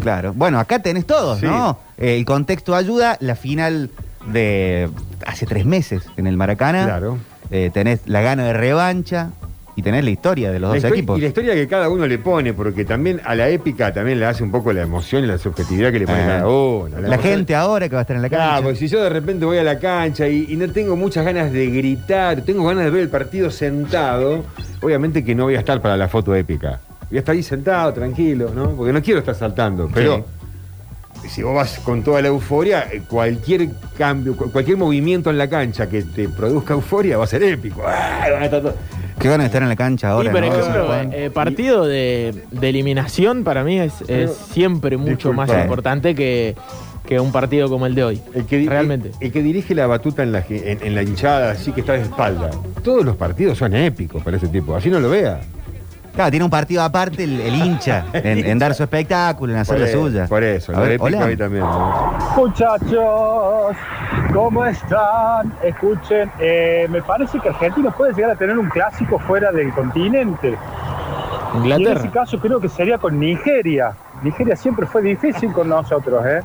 Speaker 2: Claro. Bueno, acá tenés todos,
Speaker 3: Sí.
Speaker 2: ¿no? Eh, el contexto ayuda. La final de hace tres meses en el Maracaná.
Speaker 3: Claro.
Speaker 2: Eh, tenés la gana de revancha y tenés la historia de los
Speaker 3: La
Speaker 2: dos
Speaker 3: histo-
Speaker 2: equipos.
Speaker 3: Y la historia que cada uno le pone, porque también a la épica también le hace un poco la emoción y la subjetividad que le pone
Speaker 2: Ah.
Speaker 3: cada uno.
Speaker 2: La,
Speaker 3: emoción-
Speaker 2: gente ahora que va a estar en la cancha.
Speaker 3: Claro, pues porque si yo de repente voy a la cancha y, y no tengo muchas ganas de gritar, tengo ganas de ver el partido sentado, obviamente que no voy a estar para la foto épica. Voy a estar ahí sentado, tranquilo, ¿no? Porque no quiero estar saltando. Pero si vos vas con toda la euforia, eh, cualquier cambio, cu- cualquier movimiento en la cancha que te produzca euforia va a ser épico. ¡Ah! Van a estar todos-
Speaker 2: Que van a estar en la cancha ahora.
Speaker 4: Y por
Speaker 2: ¿no?
Speaker 4: ejemplo,
Speaker 2: Juan.
Speaker 4: eh, partido de, de eliminación para mí es, es siempre mucho
Speaker 3: Disculpa.
Speaker 4: más importante que, que un partido como el de hoy.
Speaker 3: El que, di-
Speaker 4: Realmente.
Speaker 3: El, el que dirige la batuta en la, ge- en, en la hinchada, así que está de espalda. Todos los partidos son épicos para ese tipo. Así no lo vea.
Speaker 2: Claro, tiene un partido aparte el, el hincha en, en dar su espectáculo, en hacer
Speaker 3: Por
Speaker 2: la
Speaker 3: eso,
Speaker 2: suya.
Speaker 3: Por eso,
Speaker 2: A
Speaker 3: la
Speaker 2: ver,
Speaker 3: épica
Speaker 2: hola.
Speaker 3: hoy también. ¿no? Ah,
Speaker 6: Muchachos, ¿cómo están? Escuchen, eh, me parece que Argentina puede llegar a tener un clásico fuera del continente. Y en ese
Speaker 4: Inglaterra.
Speaker 6: caso creo que sería con Nigeria. Nigeria siempre fue difícil con nosotros, ¿eh?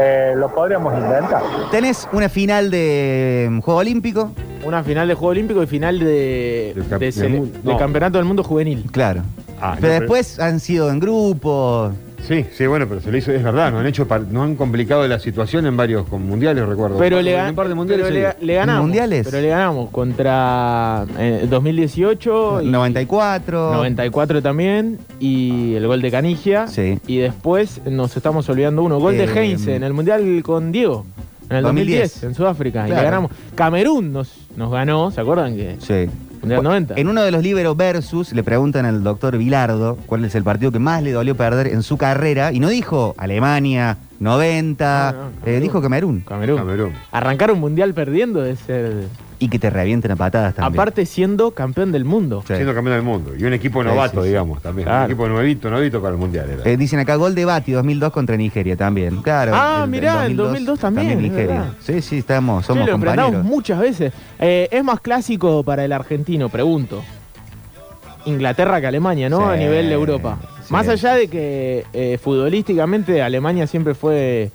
Speaker 6: Eh, lo podríamos intentar.
Speaker 2: Tenés una final de mm, Juego Olímpico.
Speaker 4: Una final de Juego Olímpico y final de,
Speaker 3: Del camp-
Speaker 4: de
Speaker 3: del
Speaker 4: sele-
Speaker 3: mundo.
Speaker 4: de
Speaker 3: No.
Speaker 4: Campeonato del Mundo Juvenil.
Speaker 2: Claro.
Speaker 3: Ah, no,
Speaker 2: pero después han sido en grupos.
Speaker 3: Sí, sí, bueno, pero se lo hizo, es verdad, no han hecho, par- no han complicado la situación en varios con mundiales, recuerdo.
Speaker 4: Pero le,
Speaker 3: En
Speaker 4: gan-
Speaker 3: un par de mundiales.
Speaker 4: pero
Speaker 3: sí.
Speaker 4: le, le ganamos.
Speaker 2: ¿Mundiales?
Speaker 4: Pero le ganamos contra eh, 2018. y
Speaker 2: 94.
Speaker 4: 94 también. Y el gol de Canigia.
Speaker 2: Sí.
Speaker 4: Y después nos estamos olvidando uno. Gol
Speaker 2: Eh,
Speaker 4: de Heinze en el Mundial con Diego. En el 2010,
Speaker 2: 2010,
Speaker 4: en Sudáfrica. Y
Speaker 2: Claro.
Speaker 4: le ganamos. Camerún nos, nos ganó, ¿se acuerdan? que
Speaker 2: Sí.
Speaker 4: Mundial 90.
Speaker 2: En uno de los Libero Versus le preguntan al doctor Vilardo cuál es el partido que más le dolió perder en su carrera y no dijo Alemania, 90,
Speaker 4: Ah, No, no,
Speaker 2: eh,
Speaker 4: Camerún.
Speaker 2: dijo Camerún.
Speaker 4: Camerún.
Speaker 3: Camerún.
Speaker 4: Arrancar un Mundial perdiendo es ser...
Speaker 2: Y que te revienten a patadas también.
Speaker 4: Aparte siendo campeón del mundo.
Speaker 2: Sí.
Speaker 3: Siendo campeón del mundo. Y un equipo
Speaker 2: Sí,
Speaker 3: novato,
Speaker 2: sí, sí.
Speaker 3: digamos, también.
Speaker 4: Claro.
Speaker 3: Un equipo nuevito, novito para el mundial. Era.
Speaker 2: Eh, dicen acá gol de Bati 2002 contra Nigeria también. Claro.
Speaker 4: Ah,
Speaker 2: el-
Speaker 4: mirá, en 2002 también, es
Speaker 2: Nigeria.
Speaker 4: verdad.
Speaker 2: Sí, sí, estamos,
Speaker 4: Sí,
Speaker 2: somos
Speaker 4: lo enfrentamos
Speaker 2: compañeros.
Speaker 4: muchas veces. Eh, es más clásico para el argentino, pregunto. Inglaterra que Alemania, ¿no? a
Speaker 2: Sí,
Speaker 4: nivel de Europa.
Speaker 2: sí.
Speaker 4: Más allá de que eh, futbolísticamente Alemania siempre fue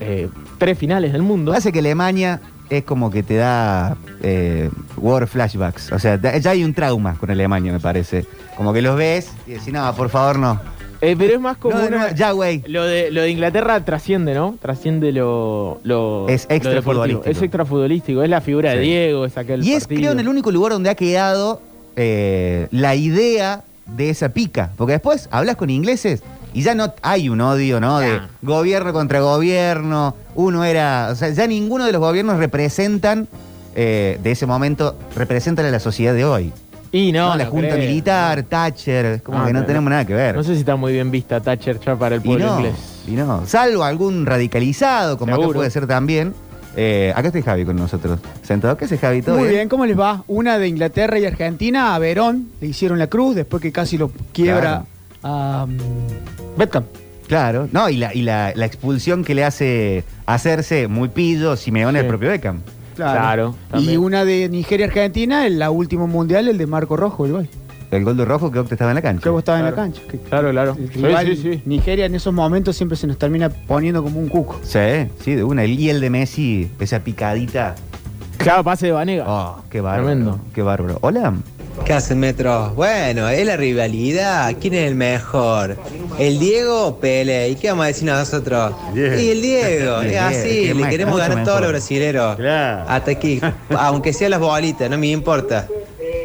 Speaker 4: eh, tres finales del
Speaker 2: Lo
Speaker 4: mundo.
Speaker 2: que pasa es que Alemania es como que te da eh, war flashbacks. O sea, da- ya hay un trauma con Alemania, me parece. Como que los ves y decís, no, por favor, no.
Speaker 4: Eh, pero es más como
Speaker 2: No,
Speaker 4: una-
Speaker 2: no, ya, güey.
Speaker 4: Lo de, lo de Inglaterra trasciende, ¿no? Trasciende lo. lo-
Speaker 2: Es
Speaker 4: lo
Speaker 2: extra
Speaker 4: deportivo.
Speaker 2: futbolístico.
Speaker 4: Es extra futbolístico. Es la figura de
Speaker 2: Sí.
Speaker 4: Diego, es aquel.
Speaker 2: Y es,
Speaker 4: partido.
Speaker 2: creo, en el único lugar donde ha quedado eh, la idea de esa pica. Porque después hablas con ingleses Y ya no hay un odio, ¿no? De
Speaker 4: Ya.
Speaker 2: gobierno contra gobierno. Uno era. O sea, ya ninguno de los gobiernos representan, eh, de ese momento, representan a la sociedad de hoy.
Speaker 4: Y no,
Speaker 2: No, la
Speaker 4: no
Speaker 2: Junta
Speaker 4: creo.
Speaker 2: Militar, Thatcher, como
Speaker 4: No,
Speaker 2: que no,
Speaker 4: no,
Speaker 2: tenemos
Speaker 4: no.
Speaker 2: nada que ver.
Speaker 4: No sé si está muy bien vista Thatcher ya para el
Speaker 2: y,
Speaker 4: pueblo
Speaker 2: no,
Speaker 4: inglés.
Speaker 2: y no. Salvo algún radicalizado, como acá
Speaker 4: Seguro.
Speaker 2: puede ser también. Eh, acá está Javi con nosotros. Sentado, ¿qué hace Javi? ¿Todo
Speaker 7: Muy bien, ¿cómo les va? Una de Inglaterra y Argentina, a Verón, le hicieron la cruz después que casi lo quiebra a um, Beckham.
Speaker 2: Claro. No, y la, y la, la expulsión que le hace hacerse muy pillo Simeone
Speaker 4: Sí.
Speaker 2: el propio Beckham.
Speaker 4: Claro,
Speaker 7: y
Speaker 4: también.
Speaker 7: una de Nigeria y Argentina, el la último mundial, el de Marco Rojo, el gol.
Speaker 2: El gol de rojo que Octa estaba en la cancha.
Speaker 7: Que vos estabas en la
Speaker 4: Claro.
Speaker 7: cancha. que-
Speaker 4: Claro, claro.
Speaker 7: el
Speaker 4: Sí,
Speaker 7: rival,
Speaker 4: sí, sí.
Speaker 7: Nigeria en esos momentos siempre se nos termina poniendo como un cuco.
Speaker 2: Sí, sí, de una. Y el de Messi, esa picadita.
Speaker 4: Claro, pase de Vanega.
Speaker 2: Oh, qué bárbaro.
Speaker 4: Ah, Tremendo.
Speaker 2: Qué bárbaro. Hola.
Speaker 8: ¿Qué hacen metros? Bueno, es la rivalidad. ¿Quién es el mejor? ¿El Diego o Pele? ¿Y qué vamos a decir nosotros?
Speaker 3: Bien.
Speaker 8: Y el Diego,
Speaker 2: El
Speaker 8: es
Speaker 2: Diego,
Speaker 8: así,
Speaker 2: que
Speaker 8: le
Speaker 2: más-
Speaker 8: queremos
Speaker 2: mucho
Speaker 8: ganar
Speaker 2: mejor.
Speaker 8: todos los brasileros.
Speaker 3: Claro.
Speaker 8: Hasta aquí, aunque sean las bolitas, no me importa.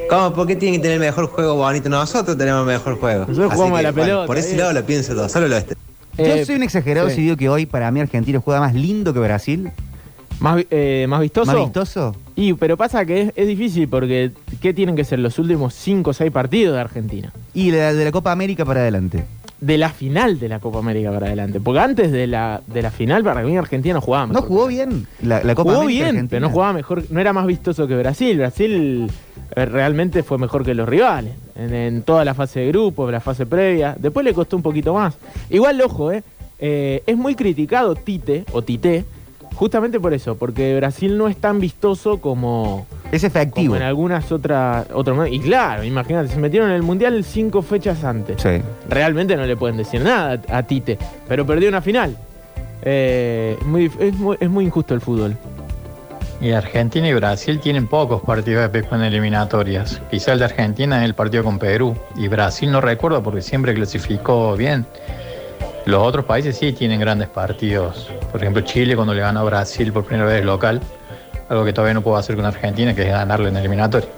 Speaker 8: ¿Cómo? ¿Por qué tienen que tener el mejor juego bonito? Nosotros tenemos el mejor juego.
Speaker 4: Nosotros
Speaker 8: Así
Speaker 4: jugamos a la
Speaker 8: bueno,
Speaker 4: pelota,
Speaker 8: Por ese
Speaker 4: bien.
Speaker 8: lado lo pienso todo, solo lo este.
Speaker 4: Eh,
Speaker 2: Yo soy un exagerado
Speaker 4: sí.
Speaker 2: si digo que hoy para mí Argentina juega más lindo que Brasil.
Speaker 4: Más, vi- eh, más vistoso.
Speaker 2: ¿Más vistoso?
Speaker 4: Y, pero pasa que es, es difícil porque ¿qué tienen que ser los últimos 5 o 6 partidos de Argentina?
Speaker 2: Y la de la Copa América para adelante.
Speaker 4: De la final de la Copa América para adelante. Porque antes de la, de la final, para mí Argentina no jugaba
Speaker 2: No
Speaker 4: mejor.
Speaker 2: jugó bien la, la Copa
Speaker 4: Jugó
Speaker 2: América
Speaker 4: bien,
Speaker 2: Argentina.
Speaker 4: pero no jugaba mejor, no era más vistoso que Brasil. Brasil eh, realmente fue mejor que los rivales en, en toda la fase de grupos, la fase previa. Después le costó un poquito más. Igual, ojo, eh, eh, es muy criticado Tite o Tite justamente por eso, porque Brasil no es tan vistoso como,
Speaker 2: Es
Speaker 4: como
Speaker 2: efectivo.
Speaker 4: en algunas otras otros y claro, imagínate, se metieron en el mundial cinco fechas antes.
Speaker 2: Sí.
Speaker 4: Realmente no le pueden decir nada a Tite, pero perdió una final. Eh, muy dif- es, muy, es muy injusto el fútbol.
Speaker 9: Y Argentina y Brasil tienen pocos partidos épicos en eliminatorias. Quizá el de Argentina es el partido con Perú. Y Brasil no recuerdo porque siempre clasificó bien. Los otros países sí tienen grandes partidos. Por ejemplo, Chile cuando le ganó a Brasil por primera vez local. Algo que todavía no puedo hacer con Argentina, que es ganarle en eliminatoria.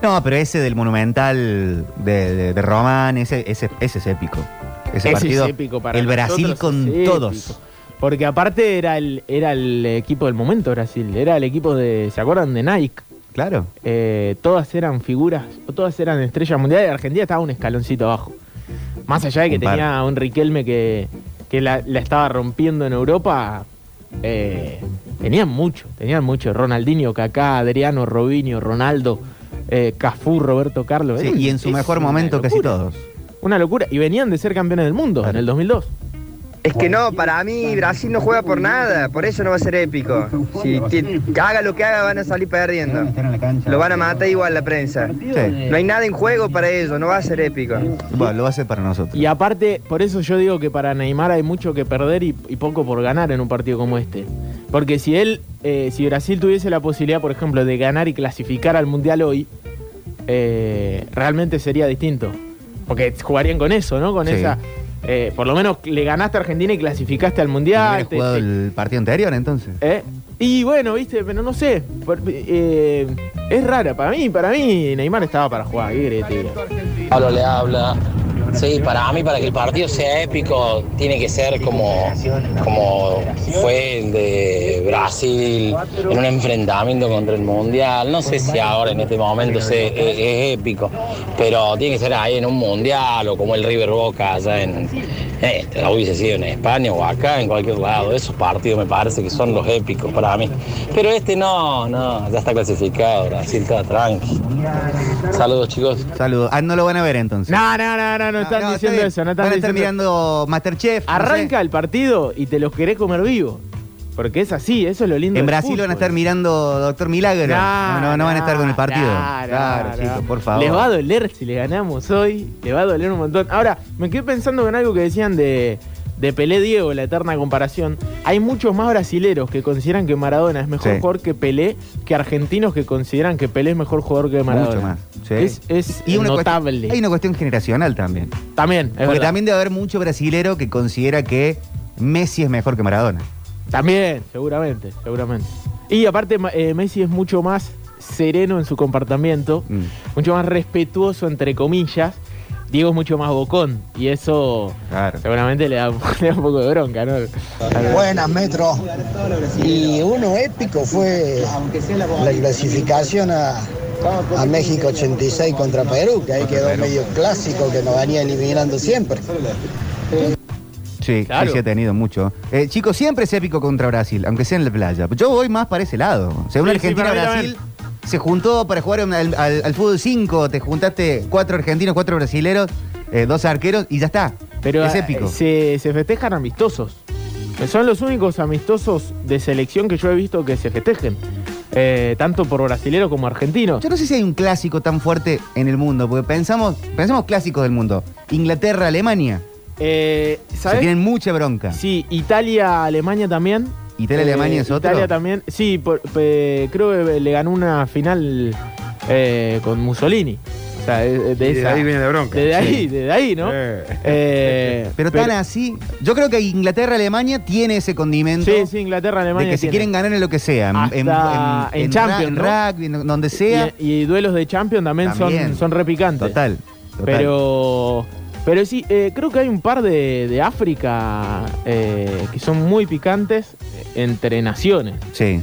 Speaker 2: No, pero ese del Monumental de, de- de Román, ese, ese, ese es épico. Ese,
Speaker 4: Ese
Speaker 2: partido.
Speaker 4: es épico para
Speaker 2: el Brasil
Speaker 4: nosotros,
Speaker 2: con
Speaker 4: es épico.
Speaker 2: todos.
Speaker 4: Porque aparte era el, era el equipo del momento Brasil, era el equipo de, ¿se acuerdan? De Nike.
Speaker 2: Claro.
Speaker 4: Eh, todas eran figuras, o todas eran estrellas mundiales, Argentina estaba un escaloncito abajo. Más allá de que
Speaker 2: Un par.
Speaker 4: tenía un Riquelme que, que la, la estaba rompiendo en Europa, eh, tenían mucho, tenían mucho. Ronaldinho, Kaká, Adriano, Robinho, Ronaldo, eh, Cafú, Roberto Carlos.
Speaker 2: Sí,
Speaker 4: Era un-
Speaker 2: y en su
Speaker 4: es
Speaker 2: mejor
Speaker 4: una
Speaker 2: momento casi
Speaker 4: locura.
Speaker 2: todos.
Speaker 4: Una locura. Y venían de ser campeones del mundo
Speaker 2: Claro.
Speaker 4: en el 2002.
Speaker 5: Es que no, para mí Brasil no juega por nada, por eso no va a ser épico. Si ti- haga lo que haga van a salir perdiendo. Lo van a matar igual la prensa.
Speaker 2: Sí.
Speaker 5: No hay nada en juego para ellos, no va a ser épico.
Speaker 2: Bueno, lo va a hacer para nosotros.
Speaker 4: Y aparte, por eso yo digo que para Neymar hay mucho que perder y, y poco por ganar en un partido como este. Porque si él, eh, si Brasil tuviese la posibilidad, por ejemplo, de ganar y clasificar al Mundial hoy, eh, realmente sería distinto. Porque jugarían con eso, ¿no? Con
Speaker 2: Sí.
Speaker 4: esa... eh, por lo menos le ganaste a Argentina y clasificaste al Mundial.
Speaker 2: ¿Hubiera
Speaker 4: te-
Speaker 2: jugado
Speaker 4: te-
Speaker 2: el partido anterior entonces?
Speaker 4: ¿Eh? Y bueno, viste, pero no sé. por- eh, es rara. Para mí, para mí, Neymar estaba para jugar. ¿qué querés que te diga?
Speaker 10: Pablo le habla. Sí, para mí, para que el partido sea épico, tiene que ser como, como fue el de Brasil, en un enfrentamiento contra el Mundial. No sé si ahora en este momento se- es, es épico, pero tiene que ser ahí en un Mundial o como el River Boca allá en... eh, hubiese sido en España o acá, en cualquier lado. Esos partidos me parece que son los épicos para mí. Pero este no, no, ya está clasificado, Brasil está tranqui. Saludos chicos.
Speaker 2: Saludos. Ah, no lo van a ver entonces.
Speaker 4: No, no, no, no, no están
Speaker 2: está
Speaker 4: diciendo
Speaker 2: bien.
Speaker 4: eso, no están
Speaker 2: Van a estar
Speaker 4: diciendo-
Speaker 2: mirando Masterchef. no sé.
Speaker 4: Arranca el partido y te los querés comer vivo. Porque es así, eso es lo lindo. del
Speaker 2: En Brasil van a
Speaker 4: fútbol.
Speaker 2: estar mirando Doctor Milagro.
Speaker 4: Nah,
Speaker 2: No, no, no van a estar con el
Speaker 4: nah,
Speaker 2: partido.
Speaker 4: nah,
Speaker 2: claro,
Speaker 4: nah,
Speaker 2: chicos,
Speaker 4: nah.
Speaker 2: por favor.
Speaker 4: Les va a doler si le ganamos hoy, le va a doler un montón. Ahora, me quedé pensando en algo que decían de, de Pelé Diego, la eterna comparación. Hay muchos más brasileros que consideran que Maradona es mejor
Speaker 2: Sí.
Speaker 4: jugador que Pelé que argentinos que consideran que Pelé es mejor jugador que Maradona.
Speaker 2: Mucho más. sí.
Speaker 4: Es, es
Speaker 2: Y una cuest-
Speaker 4: notable.
Speaker 2: hay una cuestión generacional también.
Speaker 4: También, es
Speaker 2: Porque
Speaker 4: verdad.
Speaker 2: también debe haber mucho brasilero que considera que Messi es mejor que Maradona.
Speaker 4: También, seguramente, seguramente. Y aparte, ma- eh, Messi es mucho más sereno en su comportamiento,
Speaker 2: Mm.
Speaker 4: mucho más respetuoso, entre comillas, Diego es mucho más bocón y eso seguramente le da, le da un poco de bronca, ¿no?
Speaker 11: Buenas, Metro. Y uno épico fue la clasificación a, a México 86 contra Perú, que ahí quedó medio clásico que nos venía eliminando siempre.
Speaker 2: Sí, sí, sí ha tenido mucho. Eh, chicos, siempre es épico contra Brasil, aunque sea en la playa. Yo voy más para ese lado. Según
Speaker 4: Sí, sí, para mí
Speaker 2: Argentina-Brasil, se juntó para jugar en- al, al- al fútbol 5. Te juntaste cuatro argentinos, cuatro brasileros, eh, dos arqueros y ya está.
Speaker 4: Pero
Speaker 2: es
Speaker 4: eh,
Speaker 2: épico.
Speaker 4: Se, se festejan amistosos. Que Son los únicos amistosos de selección que yo he visto que se festejen. Eh, tanto por brasilero como argentino.
Speaker 2: Yo no sé si hay un clásico tan fuerte en el mundo, porque pensamos, pensamos clásicos del mundo. Inglaterra, Alemania.
Speaker 4: Eh,
Speaker 2: Se
Speaker 4: ¿Sabes?
Speaker 2: tienen mucha bronca.
Speaker 4: Sí, Italia, Alemania también.
Speaker 2: Italia,
Speaker 4: Eh,
Speaker 2: Alemania es otro.
Speaker 4: Italia también. Sí, por- pe- creo que le ganó una final eh, con Mussolini. O sea, de, de
Speaker 3: Y de
Speaker 4: esa-
Speaker 3: ahí viene la bronca.
Speaker 4: Desde ahí,
Speaker 3: Sí.
Speaker 4: desde ahí, ¿no?
Speaker 3: Eh.
Speaker 4: Eh,
Speaker 2: Pero tan así. Yo creo que Inglaterra, Alemania tiene ese condimento
Speaker 4: Sí, sí, Inglaterra,
Speaker 2: de que
Speaker 4: Alemania.
Speaker 2: se
Speaker 4: tiene.
Speaker 2: quieren ganar en lo que sea. en- en,
Speaker 4: Hasta en
Speaker 2: ra-
Speaker 4: Champions, ¿no?
Speaker 2: en rugby, en donde sea.
Speaker 4: Y, y duelos de Champions también,
Speaker 2: También.
Speaker 4: Son, son repicantes.
Speaker 2: Total. total.
Speaker 4: Pero. Pero sí, eh, creo que hay un par de, de África eh, que son muy picantes entre naciones.
Speaker 2: Sí.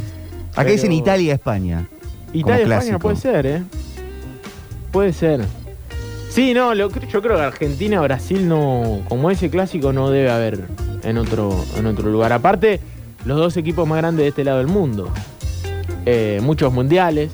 Speaker 2: Acá
Speaker 4: Pero-
Speaker 2: dicen Italia, España.
Speaker 4: Italia, España
Speaker 2: clásico.
Speaker 4: puede ser, ¿eh? Puede ser. Sí, no, lo cre- yo creo que Argentina, Brasil no, como ese clásico no debe haber en otro, en otro lugar. Aparte, los dos equipos más grandes de este lado del mundo. Eh, muchos mundiales.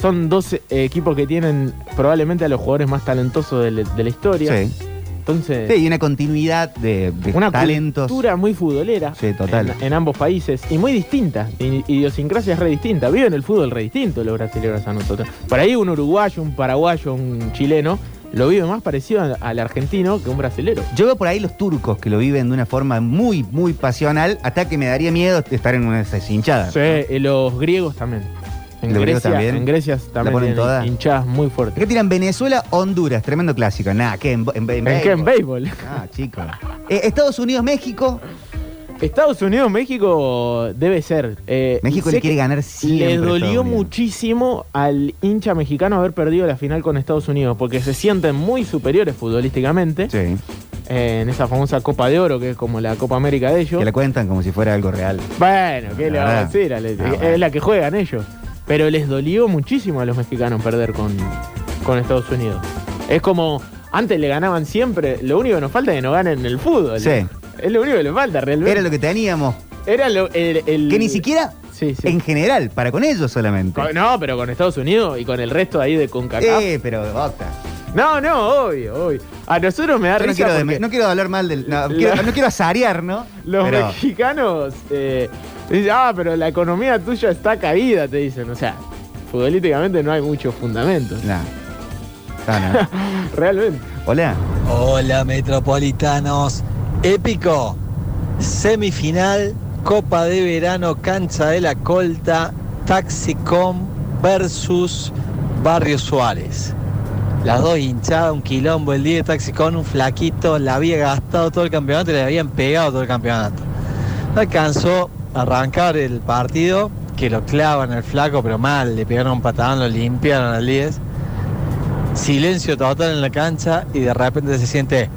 Speaker 4: Son dos eh, equipos que tienen probablemente a los jugadores más talentosos de, la- de la historia.
Speaker 2: Sí.
Speaker 4: Entonces,
Speaker 2: Sí, y una continuidad de, de
Speaker 4: una
Speaker 2: talentos.
Speaker 4: cultura muy futbolera
Speaker 2: Sí, total.
Speaker 4: en, en ambos países y muy distintas, i- idiosincrasias re distintas. Viven el fútbol re distinto los brasileños a nosotros. Por ahí un uruguayo, un paraguayo, un chileno lo vive más parecido al, al argentino que un brasilero.
Speaker 2: Yo veo por ahí los turcos que lo viven de una forma muy, muy pasional, hasta que me daría miedo estar en una de esas hinchadas.
Speaker 4: Sí, y los griegos también. En
Speaker 2: Los griegos
Speaker 4: Grecia
Speaker 2: también.
Speaker 4: también, en Grecia
Speaker 2: La
Speaker 4: también
Speaker 2: ponen
Speaker 4: tienen
Speaker 2: toda.
Speaker 4: hinchadas muy fuertes.
Speaker 2: ¿Qué tiran? Venezuela, Honduras, tremendo clásico. Nada, que en, en, en
Speaker 4: ¿En qué? En
Speaker 2: béisbol.
Speaker 4: béisbol.
Speaker 2: Ah, chicos. Eh, Estados Unidos, México.
Speaker 4: Estados Unidos, México debe ser. Eh,
Speaker 2: México
Speaker 4: sé
Speaker 2: le quiere
Speaker 4: que
Speaker 2: ganar siempre.
Speaker 4: Le
Speaker 2: a Estados
Speaker 4: dolió
Speaker 2: Unidos.
Speaker 4: muchísimo al hincha mexicano haber perdido la final con Estados Unidos, porque se sienten muy superiores futbolísticamente
Speaker 2: Sí.
Speaker 4: eh, en esa famosa Copa de Oro, que es como la Copa América de ellos.
Speaker 2: Que la cuentan como si fuera algo real.
Speaker 4: Bueno, ¿qué
Speaker 2: La
Speaker 4: le vamos a
Speaker 2: verdad.
Speaker 4: decir? Ale?
Speaker 2: Ah,
Speaker 4: es
Speaker 2: bueno.
Speaker 4: la que juegan ellos. Pero les dolió muchísimo a los mexicanos perder con, con Estados Unidos. Es como, antes le ganaban siempre, lo único que nos falta es que nos ganen el fútbol.
Speaker 2: Sí.
Speaker 4: Es lo único que le falta realmente.
Speaker 2: Era lo que teníamos.
Speaker 4: Era lo- el, el-
Speaker 2: Que ni siquiera
Speaker 4: Sí, sí.
Speaker 2: en general, para con ellos solamente.
Speaker 4: Con- No, pero con Estados Unidos y con el resto ahí de CONCACAF.
Speaker 2: Eh, pero bota.
Speaker 4: No, no, obvio, obvio. A nosotros me da
Speaker 2: Yo no
Speaker 4: risa
Speaker 2: quiero, de-
Speaker 4: porque
Speaker 2: no quiero hablar mal del. No, quiero, no quiero azarear, ¿no?
Speaker 4: los
Speaker 2: Pero-
Speaker 4: mexicanos eh, dicen, ah, pero la economía tuya está caída, te dicen. O sea, futbolísticamente no hay muchos fundamentos.
Speaker 2: No. No, no.
Speaker 4: Realmente.
Speaker 2: Hola.
Speaker 11: Hola metropolitanos, épico, semifinal, Copa de Verano, Cancha de la Colta, Taxicom versus Barrio Suárez. Las dos hinchadas, un quilombo el día de Taxicom, un flaquito, la había gastado todo el campeonato y le habían pegado todo el campeonato. No alcanzó a arrancar el partido, que lo clavan al flaco, pero mal, le pegaron un patadón, lo limpiaron al 10. Silencio total en la cancha y de repente se siente.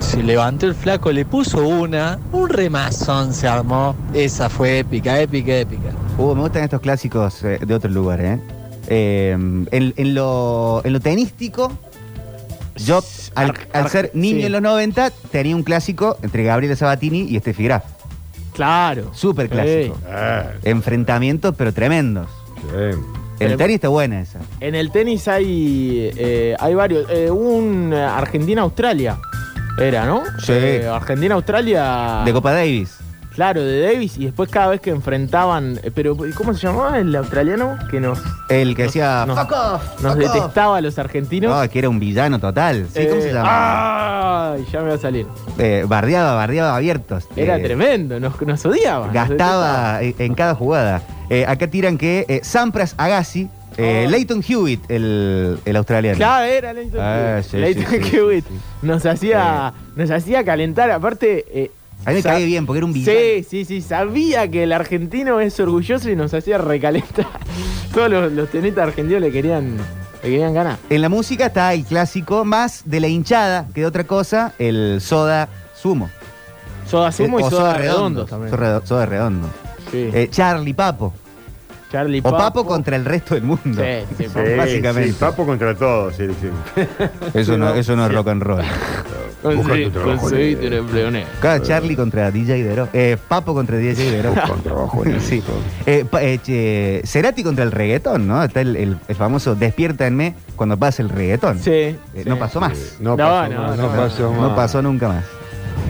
Speaker 11: Se levantó el flaco, le puso una, un remazón se armó. Esa fue épica, épica, épica.
Speaker 2: Uh, me gustan estos clásicos eh, de otro lugar, ¿eh? Eh, en, en lo, en lo tenístico, yo, al,
Speaker 4: Ar-
Speaker 2: al
Speaker 4: ar-
Speaker 2: ser niño
Speaker 4: sí.
Speaker 2: en los 90, tenía un clásico entre Gabriel Sabatini y Steffi Graf.
Speaker 4: Claro.
Speaker 2: Súper clásico.
Speaker 3: Ah,
Speaker 2: Enfrentamientos, pero tremendos.
Speaker 3: sí.
Speaker 2: El
Speaker 4: Pero-
Speaker 2: tenis está buena esa.
Speaker 4: En el tenis hay, eh, hay varios. Eh, un eh, Argentina-Australia era, ¿no?
Speaker 2: Sí.
Speaker 4: Eh, Argentina-Australia.
Speaker 2: De Copa Davis.
Speaker 4: Claro, de Davis. Y después cada vez que enfrentaban. eh, Pero, ¿cómo se llamaba el australiano? Que nos,
Speaker 2: El que decía.
Speaker 4: nos-
Speaker 2: "Fuck off,
Speaker 4: nos
Speaker 2: fuck off".
Speaker 4: detestaba a los argentinos.
Speaker 2: No, que era un villano total. Sí, ¿Cómo
Speaker 4: Eh,
Speaker 2: se llama?
Speaker 4: Ay, ya me va a salir.
Speaker 2: Eh, bardeaba, bardeaba abiertos.
Speaker 4: Era
Speaker 2: Eh,
Speaker 4: tremendo, Ah, nos, nos odiaba. nos detestaba.
Speaker 2: Gastaba en en cada jugada. Eh, acá tiran que eh, Sampras Agassi, eh,
Speaker 4: Oh.
Speaker 2: Leighton Hewitt, el, el australiano.
Speaker 4: Claro, era Leighton
Speaker 2: Ah,
Speaker 4: Hewitt.
Speaker 2: sí,
Speaker 4: Leighton
Speaker 2: sí, sí,
Speaker 4: Hewitt.
Speaker 2: sí, sí.
Speaker 4: Nos hacía, nos hacía calentar. Aparte. eh,
Speaker 2: A mí me
Speaker 4: sa-
Speaker 2: cae bien porque era un villano.
Speaker 4: Sí, sí, sí. Sabía que el argentino es orgulloso y nos hacía recalentar. Todos los, los tenistas argentinos le querían querían ganar.
Speaker 2: En la música está el clásico más de la hinchada que de otra cosa, el soda sumo.
Speaker 4: Soda Sumo y
Speaker 2: O
Speaker 4: Soda, Redondo también.
Speaker 2: Soda Redo- Soda redondo.
Speaker 4: Sí.
Speaker 2: Eh, Charlie Papo.
Speaker 4: Charlie
Speaker 2: O Papo contra el resto del mundo.
Speaker 4: Sí, sí, Papo.
Speaker 3: Sí,
Speaker 2: Básicamente.
Speaker 3: sí, papo contra todos. sí, sí.
Speaker 2: Eso no, eso no es rock and roll.
Speaker 3: Busca tu
Speaker 4: Conse-
Speaker 3: trabajo,
Speaker 4: Conseguiste un empleo negro.
Speaker 2: Claro, Charlie contra DJ Ibero. Eh, Papo contra DJ Ibero.
Speaker 3: Busca un trabajo en
Speaker 2: Sí. Eh, pa- eh, che, Cerati contra el reggaetón, ¿no? Está el, el- el famoso despiértanme cuando pasa el reggaetón.
Speaker 4: Sí.
Speaker 2: Eh,
Speaker 4: sí.
Speaker 2: No pasó más.
Speaker 3: No,
Speaker 4: No,
Speaker 3: pasó
Speaker 4: no,
Speaker 3: más,
Speaker 4: no,
Speaker 3: no pasó más.
Speaker 2: No pasó nunca más.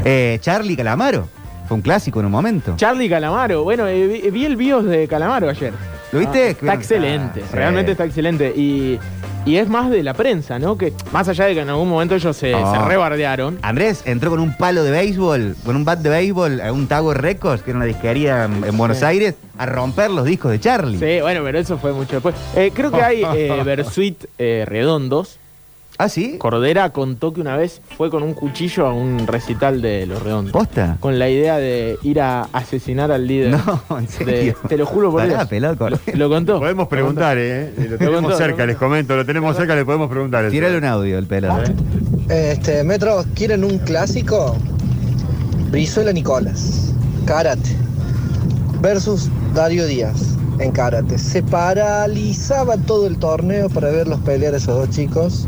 Speaker 2: Eh, Charlie Calamaro. Fue un clásico en un momento.
Speaker 4: Charlie Calamaro. Bueno, eh, vi, vi el bios de Calamaro ayer.
Speaker 2: ¿Lo viste?
Speaker 4: Ah, está excelente.
Speaker 2: Ah, sí.
Speaker 4: Realmente está excelente. Y, y es más de la prensa, ¿no? Que más allá de que en algún momento ellos se,
Speaker 2: Ah.
Speaker 4: se rebardearon.
Speaker 2: Andrés entró con un palo de béisbol, con un bat de béisbol a un Tower Records, que era una disquería en, en Buenos Aires, a romper los discos de Charlie.
Speaker 4: Sí, bueno, pero eso fue mucho después. Eh, creo que hay eh, Versuit eh, redondos.
Speaker 2: ¿Ah, sí?
Speaker 4: Cordera contó que una vez fue con un cuchillo a un recital de Los Redondos.
Speaker 2: ¿Posta?
Speaker 4: Con la idea de ir a asesinar al líder.
Speaker 2: No, en
Speaker 4: de-
Speaker 2: serio.
Speaker 4: te lo juro por
Speaker 2: Pará,
Speaker 4: Dios.
Speaker 2: pelado,
Speaker 4: Lo,
Speaker 2: Cordera.
Speaker 4: lo contó.
Speaker 3: Podemos preguntar, ¿eh? Lo
Speaker 4: contó,
Speaker 3: tenemos
Speaker 4: lo
Speaker 3: cerca,
Speaker 4: contó.
Speaker 3: les comento. Lo tenemos cerca, le podemos preguntar. eso.
Speaker 2: Tírale un audio el pelado. ¿eh?
Speaker 11: Este, Metro, ¿quieren un clásico? Brizuela Nicolás, karate, versus Dario Díaz en karate. Se paralizaba todo el torneo para verlos pelear a esos dos chicos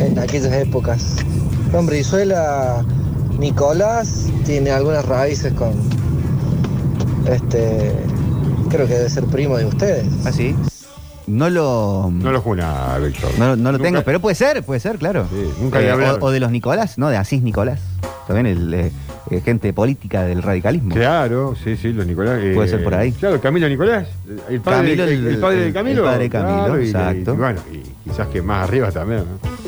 Speaker 11: en aquellas épocas. Con Brizuela Nicolás tiene algunas raíces con este. Creo que debe ser primo de ustedes.
Speaker 2: ¿Ah, sí? No lo.
Speaker 3: No lo juna, Víctor.
Speaker 2: No, no lo
Speaker 3: Nunca-
Speaker 2: tengo, pero puede ser, puede ser, claro. Eh,
Speaker 3: Sí, nunca le hablaron.
Speaker 2: o, o de los Nicolás, ¿no? De Asís Nicolás. También el, eh, eh, gente política del radicalismo.
Speaker 3: Claro, sí, sí, los Nicolás. eh,
Speaker 2: Puede ser por ahí.
Speaker 3: Claro, Camilo Nicolás. El padre,
Speaker 2: Camilo,
Speaker 3: de-
Speaker 2: el-
Speaker 3: el, padre de
Speaker 2: el-
Speaker 3: Camilo.
Speaker 2: el padre de Camilo,
Speaker 3: claro, y-
Speaker 2: exacto.
Speaker 3: Y, bueno, y quizás que más arriba también, ¿no?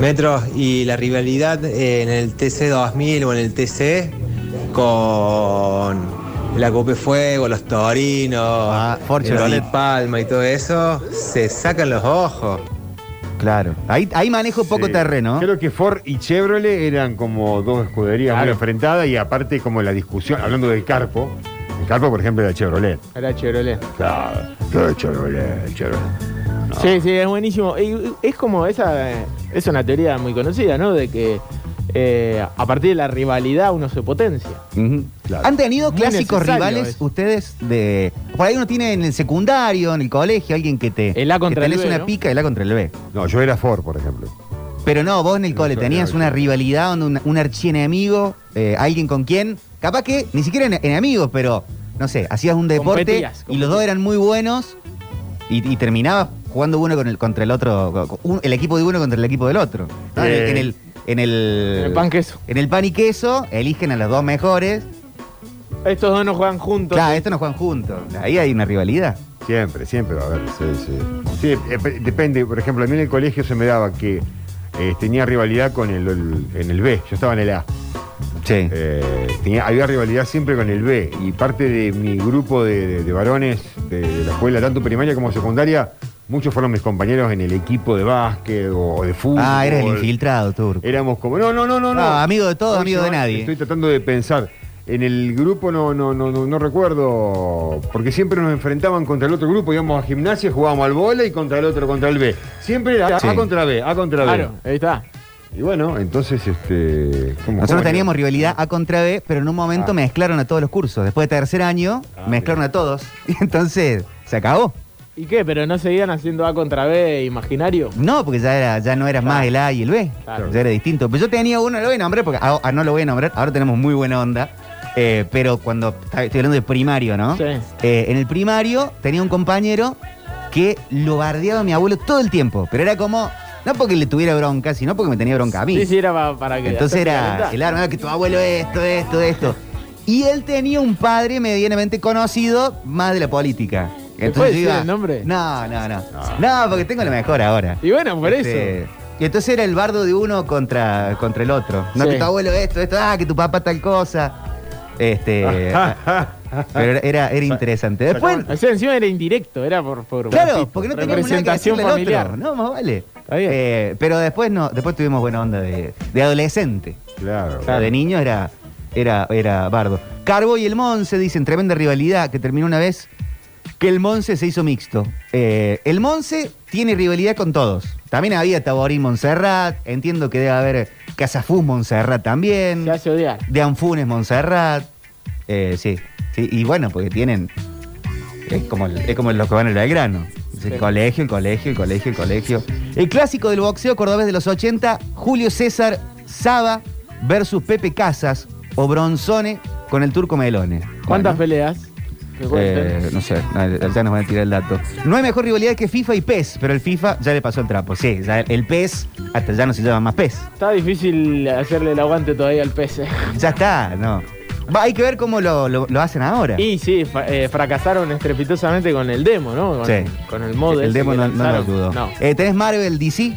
Speaker 8: Metro, ¿y la rivalidad en el TC 2000 o en el TC con la Cope Fuego, los Torinos,
Speaker 2: Ah, Ford
Speaker 8: el
Speaker 2: Chevrolet.
Speaker 8: Di Palma y todo eso? Se sacan los ojos.
Speaker 2: Claro. Ahí, ahí manejo poco
Speaker 3: Sí.
Speaker 2: terreno.
Speaker 3: Creo que Ford y Chevrolet eran como dos escuderías
Speaker 4: Claro.
Speaker 3: muy enfrentadas y aparte como la discusión, hablando del Carpo, el Carpo por ejemplo era Chevrolet.
Speaker 4: Era Chevrolet.
Speaker 3: Claro, yo Chevrolet, Chevrolet.
Speaker 4: Sí, sí, es buenísimo. Y es como esa. eh, Es una teoría muy conocida, ¿no? De que eh, a partir de la rivalidad uno se potencia.
Speaker 2: Ujú.
Speaker 3: Claro.
Speaker 2: ¿Han tenido
Speaker 4: Muy
Speaker 2: clásicos
Speaker 4: necesario
Speaker 2: rivales
Speaker 4: eso.
Speaker 2: ustedes de. Por ahí uno tiene en el secundario, en el colegio, alguien que te.
Speaker 4: El A
Speaker 2: que
Speaker 4: contra el
Speaker 2: tenés
Speaker 4: B,
Speaker 2: una
Speaker 4: ¿no?
Speaker 2: pica, el A contra el B.
Speaker 3: No, yo era Ford, por ejemplo.
Speaker 2: Pero no, vos en el
Speaker 3: No,
Speaker 2: cole
Speaker 3: yo
Speaker 2: tenías
Speaker 3: era-
Speaker 2: una rivalidad, un, un- un archienemigo, eh, alguien con quien, capaz que ni siquiera en- enemigos, pero no sé, hacías un deporte
Speaker 4: Competías,
Speaker 2: y los dos eran muy buenos y, y terminabas jugando uno con el, contra el otro, co- co- un- el equipo de uno contra el equipo del otro. ¿no?
Speaker 3: Eh.
Speaker 2: En, el, en, el,
Speaker 4: En el pan queso.
Speaker 2: En el pan y queso eligen a los dos mejores.
Speaker 4: Estos dos no juegan juntos.
Speaker 2: Claro, estos no juegan juntos. Ahí hay una rivalidad.
Speaker 3: Siempre, siempre va a haber, sí, sí. Sí, eh, pe- depende, por ejemplo, a mí en el colegio se me daba que eh, tenía rivalidad con el, el- en el B, yo estaba en el A.
Speaker 2: Sí.
Speaker 3: Eh, tenía, había rivalidad siempre con el B y parte de mi grupo de, de- de varones de, de la escuela, tanto primaria como secundaria, muchos fueron mis compañeros en el equipo de básquet o de fútbol.
Speaker 2: ah, eres el infiltrado, turco.
Speaker 3: Éramos como, no, no, no, no, no.
Speaker 2: No, amigo de todos,
Speaker 3: No,
Speaker 2: amigo
Speaker 3: yo
Speaker 2: de nadie.
Speaker 3: Estoy tratando de pensar. En el grupo no, no, no, no, no recuerdo, porque siempre nos enfrentaban contra el otro grupo, íbamos a gimnasia, jugábamos al bola y contra el otro, contra el B. Siempre era
Speaker 2: Sí.
Speaker 3: A contra B, A contra B.
Speaker 4: Claro, ahí está.
Speaker 3: Y bueno, entonces, este... ¿cómo- cómo
Speaker 2: Nosotros
Speaker 3: era?
Speaker 2: teníamos rivalidad A contra B, pero en un momento
Speaker 3: Ah.
Speaker 2: mezclaron a todos los cursos. Después de tercer año,
Speaker 3: Ah,
Speaker 2: mezclaron a todos. Y entonces se acabó.
Speaker 4: ¿Y qué? ¿Pero no seguían haciendo A contra B imaginario?
Speaker 2: No, porque ya, era, ya no eras más el A y el B.
Speaker 4: Claro.
Speaker 2: Ya era distinto. Pero yo tenía uno, lo voy a nombrar, porque ah, ah, no lo voy a nombrar. Ahora tenemos muy buena onda. Eh, pero cuando ta- estoy hablando de primario, ¿no?
Speaker 4: Sí.
Speaker 2: Eh, en el primario tenía un compañero que lo bardeaba a mi abuelo todo el tiempo. Pero era como, no porque le tuviera bronca, sino porque me tenía bronca a mí.
Speaker 4: Sí, sí, era pa- para que.
Speaker 2: Entonces era
Speaker 4: calentar.
Speaker 2: el arma, "Ah, que tu abuelo esto, esto, esto. Y él tenía un padre medianamente conocido, más de la política.
Speaker 4: ¿Te puede
Speaker 2: Entonces yo
Speaker 4: decir
Speaker 2: iba-
Speaker 4: el nombre?
Speaker 2: No, no, no. No, porque tengo la mejor ahora.
Speaker 4: Y bueno, por
Speaker 2: Este,
Speaker 4: eso.
Speaker 2: Y entonces era el bardo de uno contra, contra el otro. No,
Speaker 4: Sí.
Speaker 2: que tu abuelo esto, esto, ah, que tu papá tal cosa. Este.
Speaker 4: Ah,
Speaker 2: pero era- era, era interesante. Después.
Speaker 4: O sea, encima era indirecto, era por. por
Speaker 2: Claro,
Speaker 4: por-
Speaker 2: porque no teníamos nada que
Speaker 4: representación
Speaker 2: decirle al
Speaker 4: familiar.
Speaker 2: otro. No, más vale.
Speaker 4: Está bien.
Speaker 2: Eh, pero después no, después tuvimos buena onda de, de adolescente.
Speaker 3: Claro.
Speaker 2: O sea, de niño era, era, era bardo. Carbo y el Monse dicen tremenda rivalidad que terminó una vez que el Monse se hizo mixto. Eh, el Monse tiene rivalidad con todos. También había Taborín Montserrat, entiendo que debe haber Casafún Montserrat también.
Speaker 4: Se hace odiar.
Speaker 2: De Anfunes Montserrat. Eh, sí, sí, y bueno, porque tienen. Es como, el- es como los que van al Belgrano. Es el
Speaker 4: Sí.
Speaker 2: colegio, el colegio, el colegio, el colegio. El clásico del boxeo cordobés de los 80, Julio César Saba versus Pepe Casas o Bronzone con el turco Melone.
Speaker 4: ¿Cuántas
Speaker 2: Bueno.
Speaker 4: peleas? Que cuenten.
Speaker 2: Eh, no sé, no, ya nos van a tirar el dato. No hay mejor rivalidad que FIFA y PES, pero el FIFA ya le pasó el trapo. Sí, ya el PES hasta ya no se llama más PES.
Speaker 4: Está difícil hacerle el aguante todavía al PC.
Speaker 2: Ya está, no. Va, hay que ver cómo lo, lo- lo hacen ahora.
Speaker 4: Y sí, fa- eh, fracasaron estrepitosamente con el demo, ¿no? Con,
Speaker 2: Sí.
Speaker 4: con el mod.
Speaker 2: el
Speaker 4: ese
Speaker 2: demo
Speaker 4: que
Speaker 2: no, no lo
Speaker 4: lanzaron.
Speaker 2: dudo.
Speaker 4: No.
Speaker 2: Eh, tenés Marvel, DC.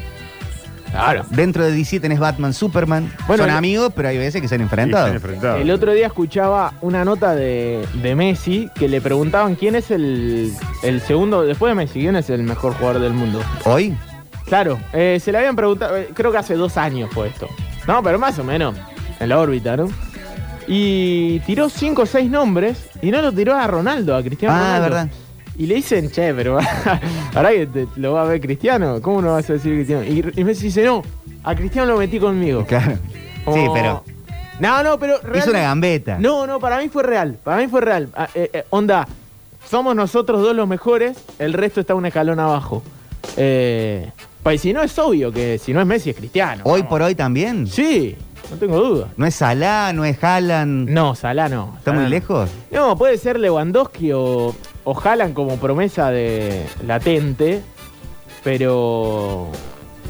Speaker 4: Claro.
Speaker 2: Dentro de DC tenés Batman, Superman.
Speaker 4: Bueno,
Speaker 2: Son
Speaker 4: el-
Speaker 2: amigos, pero hay veces que se han
Speaker 3: Sí,
Speaker 2: enfrentado.
Speaker 3: están enfrentados.
Speaker 4: El otro día escuchaba una nota de, de Messi que le preguntaban quién es el, el segundo, después de Messi, quién es el mejor jugador del mundo.
Speaker 2: Hoy,
Speaker 4: Claro, eh, se le habían preguntado, eh, creo que hace dos años fue esto. No, pero más o menos, en la órbita, ¿no? Y tiró cinco o seis nombres y no lo tiró a Ronaldo, a Cristiano
Speaker 2: Ah,
Speaker 4: Ronaldo.
Speaker 2: verdad.
Speaker 4: Y le dicen, che, pero ahora que te- lo va a ver Cristiano, ¿cómo no vas a decir Cristiano? Y, y Messi dice, no, a Cristiano lo metí conmigo.
Speaker 2: claro. Sí,
Speaker 4: Como-
Speaker 2: pero
Speaker 4: No, no, pero
Speaker 2: hizo una
Speaker 4: realmente-
Speaker 2: gambeta.
Speaker 4: Oh. no, no, para mí fue real. Para mí fue real. Ah, eh, eh, onda, somos nosotros dos los mejores, el resto está un escalón abajo. Eh, pues si no es obvio que si no es Messi es Cristiano.
Speaker 2: Hoy
Speaker 4: ¿no?
Speaker 2: por hoy también.
Speaker 4: Sí, no tengo duda.
Speaker 2: No es Salah, no es Haaland.
Speaker 4: No, Ah. Salah no.
Speaker 2: ¿Está
Speaker 4: Salah
Speaker 2: muy
Speaker 4: no.
Speaker 2: lejos?
Speaker 4: No, puede ser Lewandowski o, o Haaland como promesa de latente, pero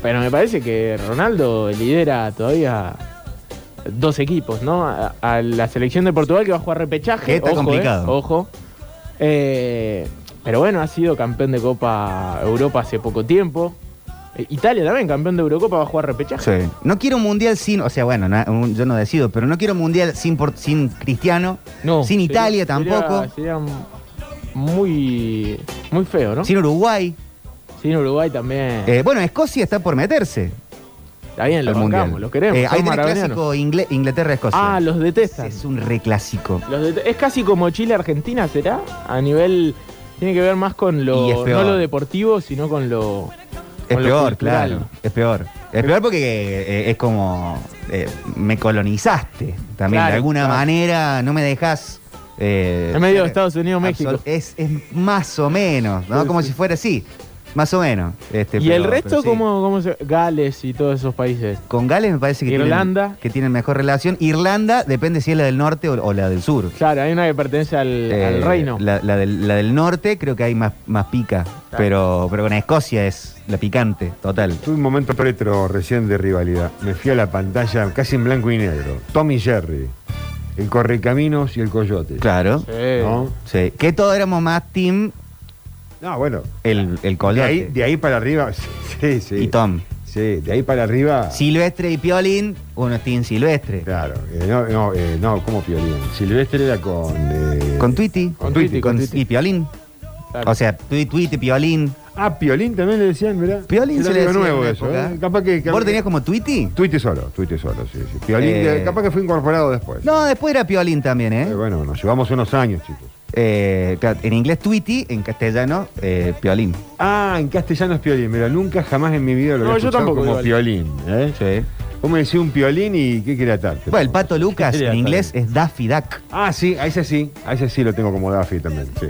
Speaker 4: pero me parece que Ronaldo lidera todavía dos equipos, ¿no? A, a la selección de Portugal que va a jugar repechaje.
Speaker 2: Está
Speaker 4: ojo,
Speaker 2: complicado.
Speaker 4: eh, ojo. Eh, pero bueno, ha sido campeón de Copa Europa hace poco tiempo. Eh, Italia también, campeón de Eurocopa, va a jugar repechaje.
Speaker 2: Sí. No quiero un mundial sin, o sea, bueno, na- un- yo no decido, pero no quiero un mundial sin, por- sin Cristiano,
Speaker 4: No,
Speaker 2: sin
Speaker 4: sería- sería-
Speaker 2: Italia tampoco,
Speaker 4: Sería muy, muy feo, ¿no?
Speaker 2: sin Uruguay.
Speaker 4: Sí, en Uruguay también.
Speaker 2: Eh, bueno, Escocia está por meterse
Speaker 4: Está bien, lo
Speaker 2: al mundial.
Speaker 4: bancamos, lo queremos.
Speaker 2: Eh,
Speaker 4: son
Speaker 2: ahí tenés
Speaker 4: maradonianos.
Speaker 2: clásico Ingle- Inglaterra-Escocia.
Speaker 4: Ah, los detestan.
Speaker 2: es un reclásico.
Speaker 4: Los dete- es casi como Chile-Argentina, ¿será? A nivel. Tiene que ver más con
Speaker 2: Y es
Speaker 4: lo. No
Speaker 2: peor.
Speaker 4: lo deportivo, sino con lo.
Speaker 2: Es
Speaker 4: con lo
Speaker 2: peor,
Speaker 4: cultural.
Speaker 2: claro. Es peor. Es peor porque eh, es como eh, me colonizaste. También
Speaker 4: Claro,
Speaker 2: de alguna
Speaker 4: claro.
Speaker 2: manera no me dejas. eh,
Speaker 4: En medio de
Speaker 2: ser-
Speaker 4: Estados Unidos-México.
Speaker 2: Absol- Es, es más o menos, ¿no?
Speaker 4: Sí,
Speaker 2: Como
Speaker 4: sí.
Speaker 2: si fuera así. Más o menos. Este,
Speaker 4: Y
Speaker 2: pero-
Speaker 4: el
Speaker 2: pero
Speaker 4: resto,
Speaker 2: sí.
Speaker 4: ¿cómo, cómo se.? Gales y todos esos países.
Speaker 2: Con Gales me parece que
Speaker 4: Irlanda.
Speaker 2: tienen, que tienen mejor relación. Irlanda depende si es la del norte o, o la del sur.
Speaker 4: Claro, hay una que pertenece al, al
Speaker 2: Eh,
Speaker 4: reino.
Speaker 2: La, la del, la del norte creo que hay más, más pica, pero, pero con Escocia es la picante, total.
Speaker 3: Tuve un momento pretro recién de rivalidad. Me fui a la pantalla casi en blanco y negro. Tommy Jerry, el Correcaminos y el Coyote.
Speaker 2: Claro.
Speaker 4: Sí.
Speaker 3: ¿No?
Speaker 2: Sí. Que todos éramos más team
Speaker 3: No, bueno.
Speaker 2: el, el
Speaker 3: De
Speaker 2: coyote
Speaker 3: ahí, de ahí para arriba. Sí, sí, sí.
Speaker 2: y Tom.
Speaker 3: Sí, de ahí para arriba.
Speaker 2: Silvestre y Piolín, uno es team Silvestre.
Speaker 3: Claro. eh, no, no, eh, no, como Piolín. Silvestre era con. eh,
Speaker 2: Con Tweety.
Speaker 4: Con Tweety, con
Speaker 2: Y
Speaker 4: Tweety.
Speaker 2: Piolín.
Speaker 4: Claro.
Speaker 2: O sea, Tweety, Tweety, Piolín.
Speaker 3: Ah, Piolín también le decían, ¿verdad?
Speaker 2: Piolín
Speaker 3: Era
Speaker 2: se le decía
Speaker 3: algo
Speaker 2: en
Speaker 3: nuevo
Speaker 2: una
Speaker 3: eso.
Speaker 2: época.
Speaker 3: ¿eh? Capaz que.
Speaker 2: ¿Vos tenías como Tweety?
Speaker 3: Tuite solo, tuite solo, sí, sí. Piolín,
Speaker 2: Eh.
Speaker 3: eh, capaz que fue incorporado después.
Speaker 2: No, ¿eh? después era Piolín también, ¿eh?
Speaker 3: Eh, bueno, nos llevamos unos años, chicos.
Speaker 2: Eh, claro, en inglés Tweety, en castellano eh, Piolín.
Speaker 3: Ah, en castellano es piolín, pero nunca jamás en mi vida lo
Speaker 4: No,
Speaker 3: había
Speaker 4: yo
Speaker 3: escuchado
Speaker 4: tampoco,
Speaker 3: como
Speaker 4: igual.
Speaker 3: piolín. ¿eh?
Speaker 2: Sí.
Speaker 3: Vos me decís un piolín y ¿qué quiere atarte?
Speaker 2: Bueno, el Pato Lucas
Speaker 3: Sí,
Speaker 2: en
Speaker 3: está
Speaker 2: inglés
Speaker 3: bien.
Speaker 2: es Daffy Duck.
Speaker 3: Ah, sí, a ese sí, a ese sí lo tengo como Daffy también, sí.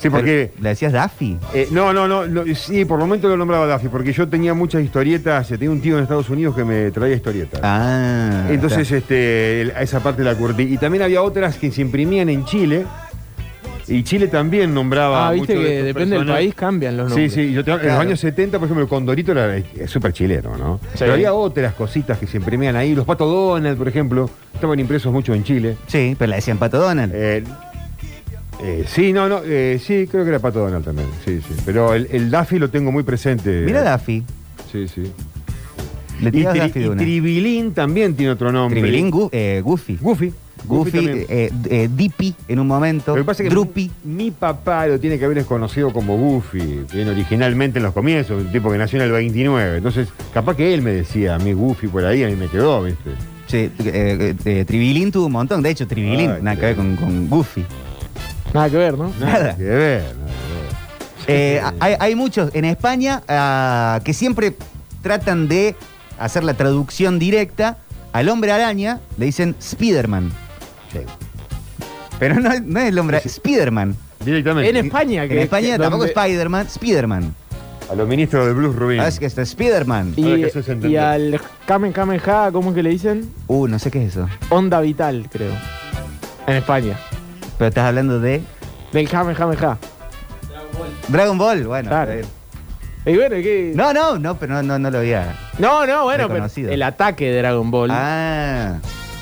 Speaker 3: Sí, porque...
Speaker 2: Pero, ¿Le decías Daffy?
Speaker 3: eh, no, no, no, lo- sí, por el momento lo nombraba Daffy, porque yo tenía muchas historietas, eh, tenía un tío en Estados Unidos que me traía historietas.
Speaker 2: Ah.
Speaker 3: Entonces, este, el- a esa parte la curtí. Y también había otras que se imprimían en Chile, y Chile también nombraba...
Speaker 4: ah, viste
Speaker 3: mucho de
Speaker 4: que
Speaker 3: estos
Speaker 4: depende del
Speaker 3: personajes.
Speaker 4: país, cambian los
Speaker 3: Sí,
Speaker 4: nombres.
Speaker 3: sí, yo te- en
Speaker 2: Claro.
Speaker 3: los años 70, por ejemplo, el Condorito era eh, súper chileno, ¿no? Pero había otras cositas que se imprimían ahí. Los Pato Donald, por ejemplo, estaban impresos mucho en Chile.
Speaker 2: Sí, pero le decían Pato Donald.
Speaker 3: Eh, eh, sí, no, no, eh, sí, creo que era Pato Donald también. Sí, sí. Pero el, el Daffy lo tengo muy presente.
Speaker 2: Mira Daffy.
Speaker 3: Sí, sí.
Speaker 2: Le
Speaker 3: eh. Y,
Speaker 2: tirás
Speaker 3: tri-
Speaker 2: Daffy
Speaker 3: y
Speaker 2: de una.
Speaker 3: Tribilín también tiene otro nombre.
Speaker 2: Tribilín, Gu- eh, Goofy.
Speaker 3: Goofy.
Speaker 2: Goofy,
Speaker 3: también.
Speaker 2: eh, eh, Dippy en un momento.
Speaker 3: Lo que pasa es que
Speaker 2: Droopy.
Speaker 3: mi, mi papá lo tiene que haber conocido como Goofy, bien originalmente en los comienzos, un tipo que nació en el 29. Entonces, capaz que él me decía a mí Goofy por ahí, a mí me quedó, ¿viste?
Speaker 2: Sí, eh, eh, Tribilín tuvo un montón. De hecho, Tribilín,
Speaker 3: Ay,
Speaker 2: nada que ver con, con Goofy.
Speaker 4: Nada que ver, ¿no?
Speaker 2: Nada.
Speaker 3: que ver, nada.
Speaker 2: Eh, hay, hay muchos en España ah, que siempre tratan de hacer la traducción directa. Al hombre araña le dicen Spiderman. Pero no, es- no es el hombre araña, Spiderman.
Speaker 3: Directamente.
Speaker 4: En
Speaker 3: Ah,
Speaker 4: España,
Speaker 2: En España tampoco Spiderman, Spiderman.
Speaker 3: A los ministros del Blues Rubín.
Speaker 2: Ah, Es que está Spiderman.
Speaker 4: Y, y al Kamen Kameha, ¿cómo es que le dicen?
Speaker 2: Uh, no sé qué es eso.
Speaker 4: Onda Vital, creo. En España.
Speaker 2: Pero estás hablando de
Speaker 4: Del Kamehameha.
Speaker 2: Dragon Ball, bueno.
Speaker 4: Claro.
Speaker 2: está bien.
Speaker 4: Y bueno, ¿qué?
Speaker 2: No, no, no, pero no, no, no lo había.
Speaker 4: No, no, bueno, pero
Speaker 2: Reconocido.
Speaker 4: el ataque de Dragon Ball.
Speaker 2: Ah,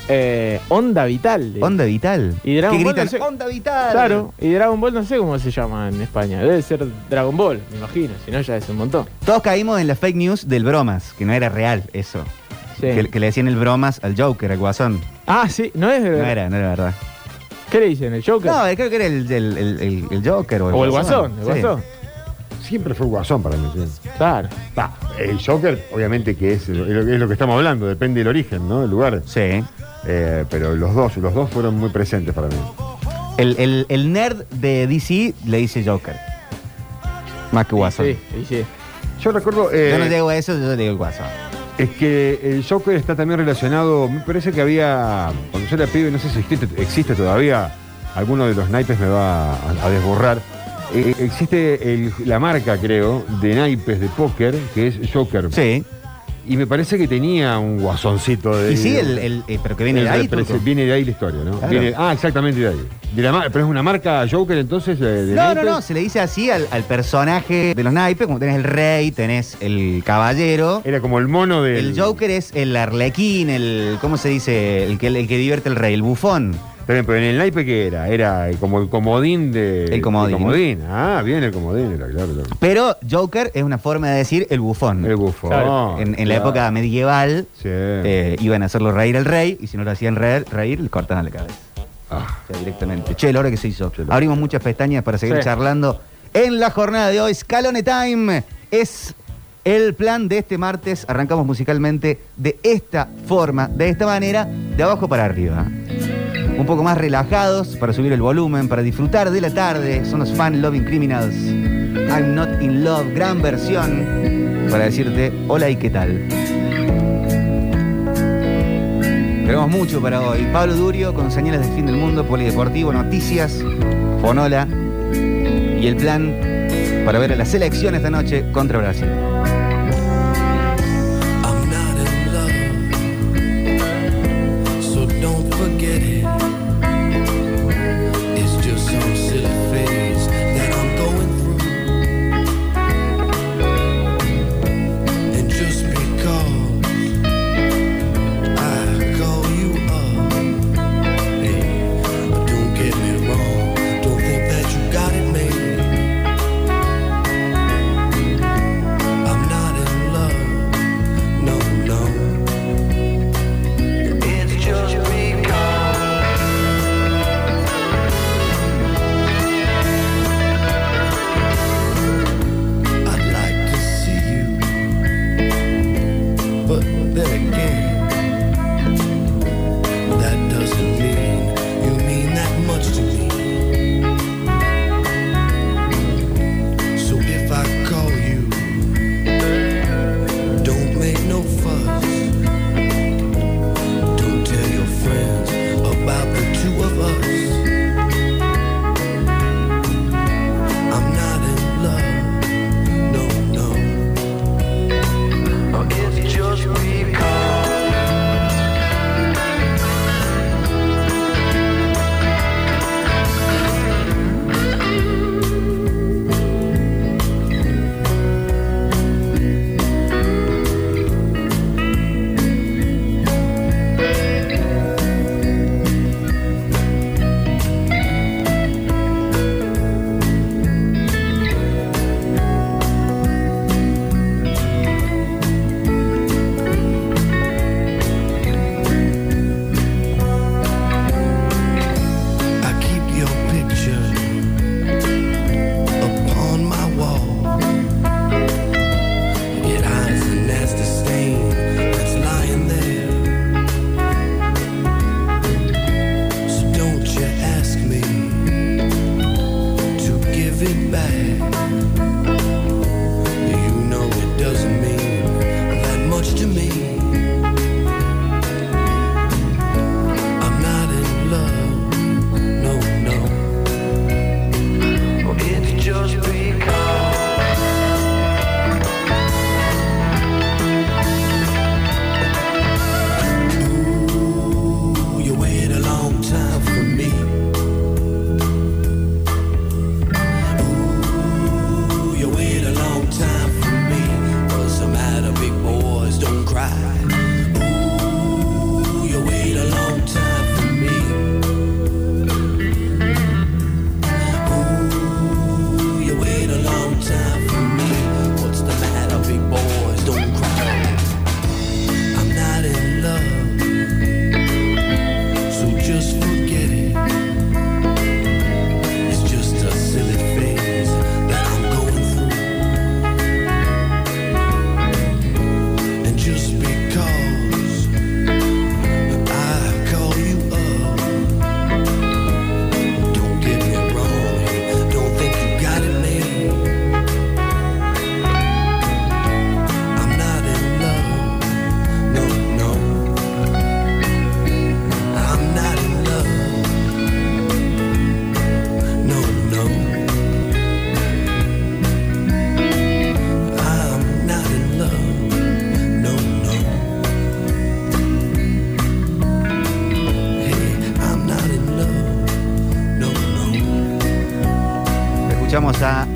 Speaker 4: eh, onda Vital. le
Speaker 2: onda vital.
Speaker 4: Y Dragon
Speaker 2: que
Speaker 4: Ball,
Speaker 2: gritan,
Speaker 4: no sé-
Speaker 2: onda vital.
Speaker 4: Claro, y Dragon Ball no sé cómo se llama en España. Debe ser Dragon Ball, me imagino, si no ya es un montón.
Speaker 2: Todos caímos en la fake news del bromas, que no era real eso.
Speaker 4: Sí.
Speaker 2: Que, que le decían el bromas al Joker, al Guasón.
Speaker 4: Ah, sí, no es
Speaker 2: No
Speaker 4: verdad.
Speaker 2: era, no era verdad.
Speaker 4: ¿Qué le dicen? ¿El Joker?
Speaker 2: No, creo que era el, el- el- el- el Joker o el
Speaker 4: o el
Speaker 2: Guasón.
Speaker 4: Guasón, el Guasón.
Speaker 3: Siempre fue guasón para mí. ¿sí?
Speaker 4: Claro.
Speaker 3: Va, el Joker, obviamente que es, lo- es lo, es lo que estamos hablando, depende del origen, ¿no? El lugar.
Speaker 2: Sí.
Speaker 3: Eh, pero los dos, los dos fueron muy presentes para mí.
Speaker 2: El, el- el nerd de DC le dice Joker. Más que Guasón.
Speaker 4: Sí, y sí.
Speaker 3: Yo recuerdo. eh,
Speaker 2: Yo no llego a eso, yo digo el Guasón.
Speaker 3: Es que el Joker está también relacionado, me parece que había, cuando yo era pibe, no sé si existe, existe todavía, alguno de los naipes me va a, a desborrar. Eh, existe el- la marca, creo, de naipes de póker, que es Joker.
Speaker 2: Sí.
Speaker 3: Y me parece que tenía un guasoncito de...
Speaker 2: Y sí, el, el- eh, pero que viene
Speaker 3: el
Speaker 2: de ahí.
Speaker 3: repres-
Speaker 2: Turco.
Speaker 3: viene de ahí la historia, ¿no?
Speaker 2: Claro.
Speaker 3: Viene- ah, exactamente de ahí. De la mar- pero es una marca Joker entonces eh, de
Speaker 2: No, no,
Speaker 3: naipes.
Speaker 2: no, se le dice así al, al personaje de los naipes, como tenés el rey, tenés el caballero.
Speaker 3: Era como el mono del...
Speaker 2: El Joker es el arlequín, el. ¿Cómo se dice? El que, el que divierte el rey, el bufón.
Speaker 3: Está bien, pero en el naipe que era, era como el comodín de.
Speaker 2: El comodín.
Speaker 3: Ah, bien, el comodín era, claro. claro.
Speaker 2: Pero Joker es una forma de decir el bufón.
Speaker 3: El bufón.
Speaker 2: Mm. Claro. En, en la
Speaker 3: claro.
Speaker 2: época medieval
Speaker 3: Sí.
Speaker 2: eh, iban a hacerlo reír al rey y si no lo hacían reír, reír le cortaban la cabeza.
Speaker 3: Ah,
Speaker 2: O sea, directamente. Che, la hora que se hizo. Abrimos muchas pestañas para seguir
Speaker 4: Sí.
Speaker 2: charlando en la jornada de hoy. Scalone Time es el plan de este martes. Arrancamos musicalmente de esta forma, de esta manera, de abajo para arriba. Un poco más relajados para subir el volumen, para disfrutar de la tarde. Son los fan loving criminals. I'm not in love, gran versión para decirte hola y qué tal. Tenemos mucho para hoy. Pablo Durio con señales del fin del mundo, polideportivo, noticias, Fonola y el plan para ver a la selección esta noche contra Brasil.
Speaker 12: I'm not in love, so don't forget it. It's just some silly phase that I'm going through. And just because I call you up, hey, don't get me wrong, don't think that you got it made. I'm not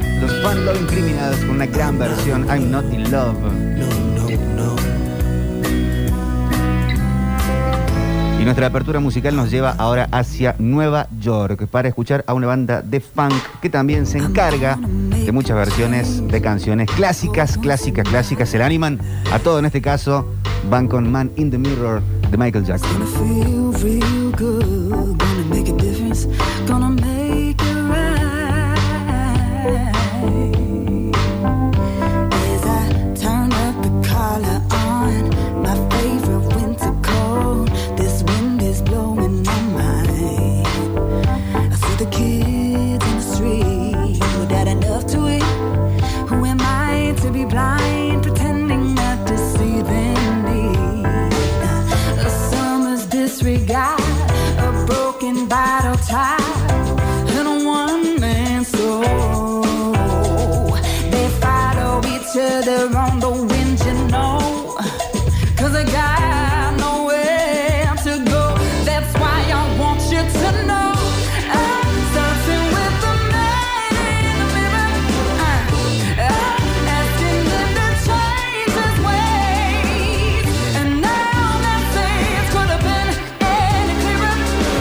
Speaker 2: Stars con una gran versión I'm Not in Love. Eh. Y nuestra apertura musical nos lleva ahora hacia Nueva York para escuchar a una banda de funk que también se encarga de muchas versiones de canciones clásicas, clásicas, clásicas. Se la animan a todo, en este caso, van con Man in the Mirror de Michael Jackson.
Speaker 12: feel real good. Gonna make a difference. Gonna make it right. As I turn up the collar on my favorite winter coat, this wind is blowing my mind. I see the kids in the street who had enough to eat. Who am I to be blind, pretending not to see them need? A summer's disregard, a broken bottle tie, and a one man soul. They follow each other on the wind, you know. Cause I got nowhere to go. That's why I want you to know. I'm dancing with the man in the mirror. Uh, I'm asking him to change his ways. And now that things could have been any clearer.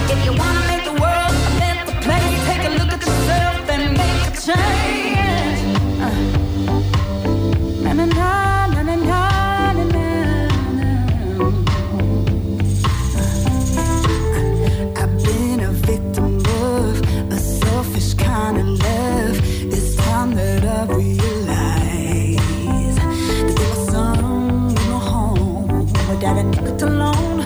Speaker 12: If you wanna make the world a better place, take a look at yourself and make a change. Uh, na, na, na, na, na, na, na, na. I've been a victim of a selfish kind of love. It's time that I realize that there was some with no home. Without a nickel alone,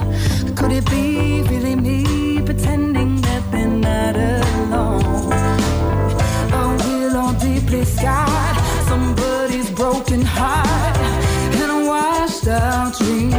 Speaker 12: could it be really me pretending that they're not alone? A willow deeply scarred, somebody's broken heart, and a washed out dream. Uh,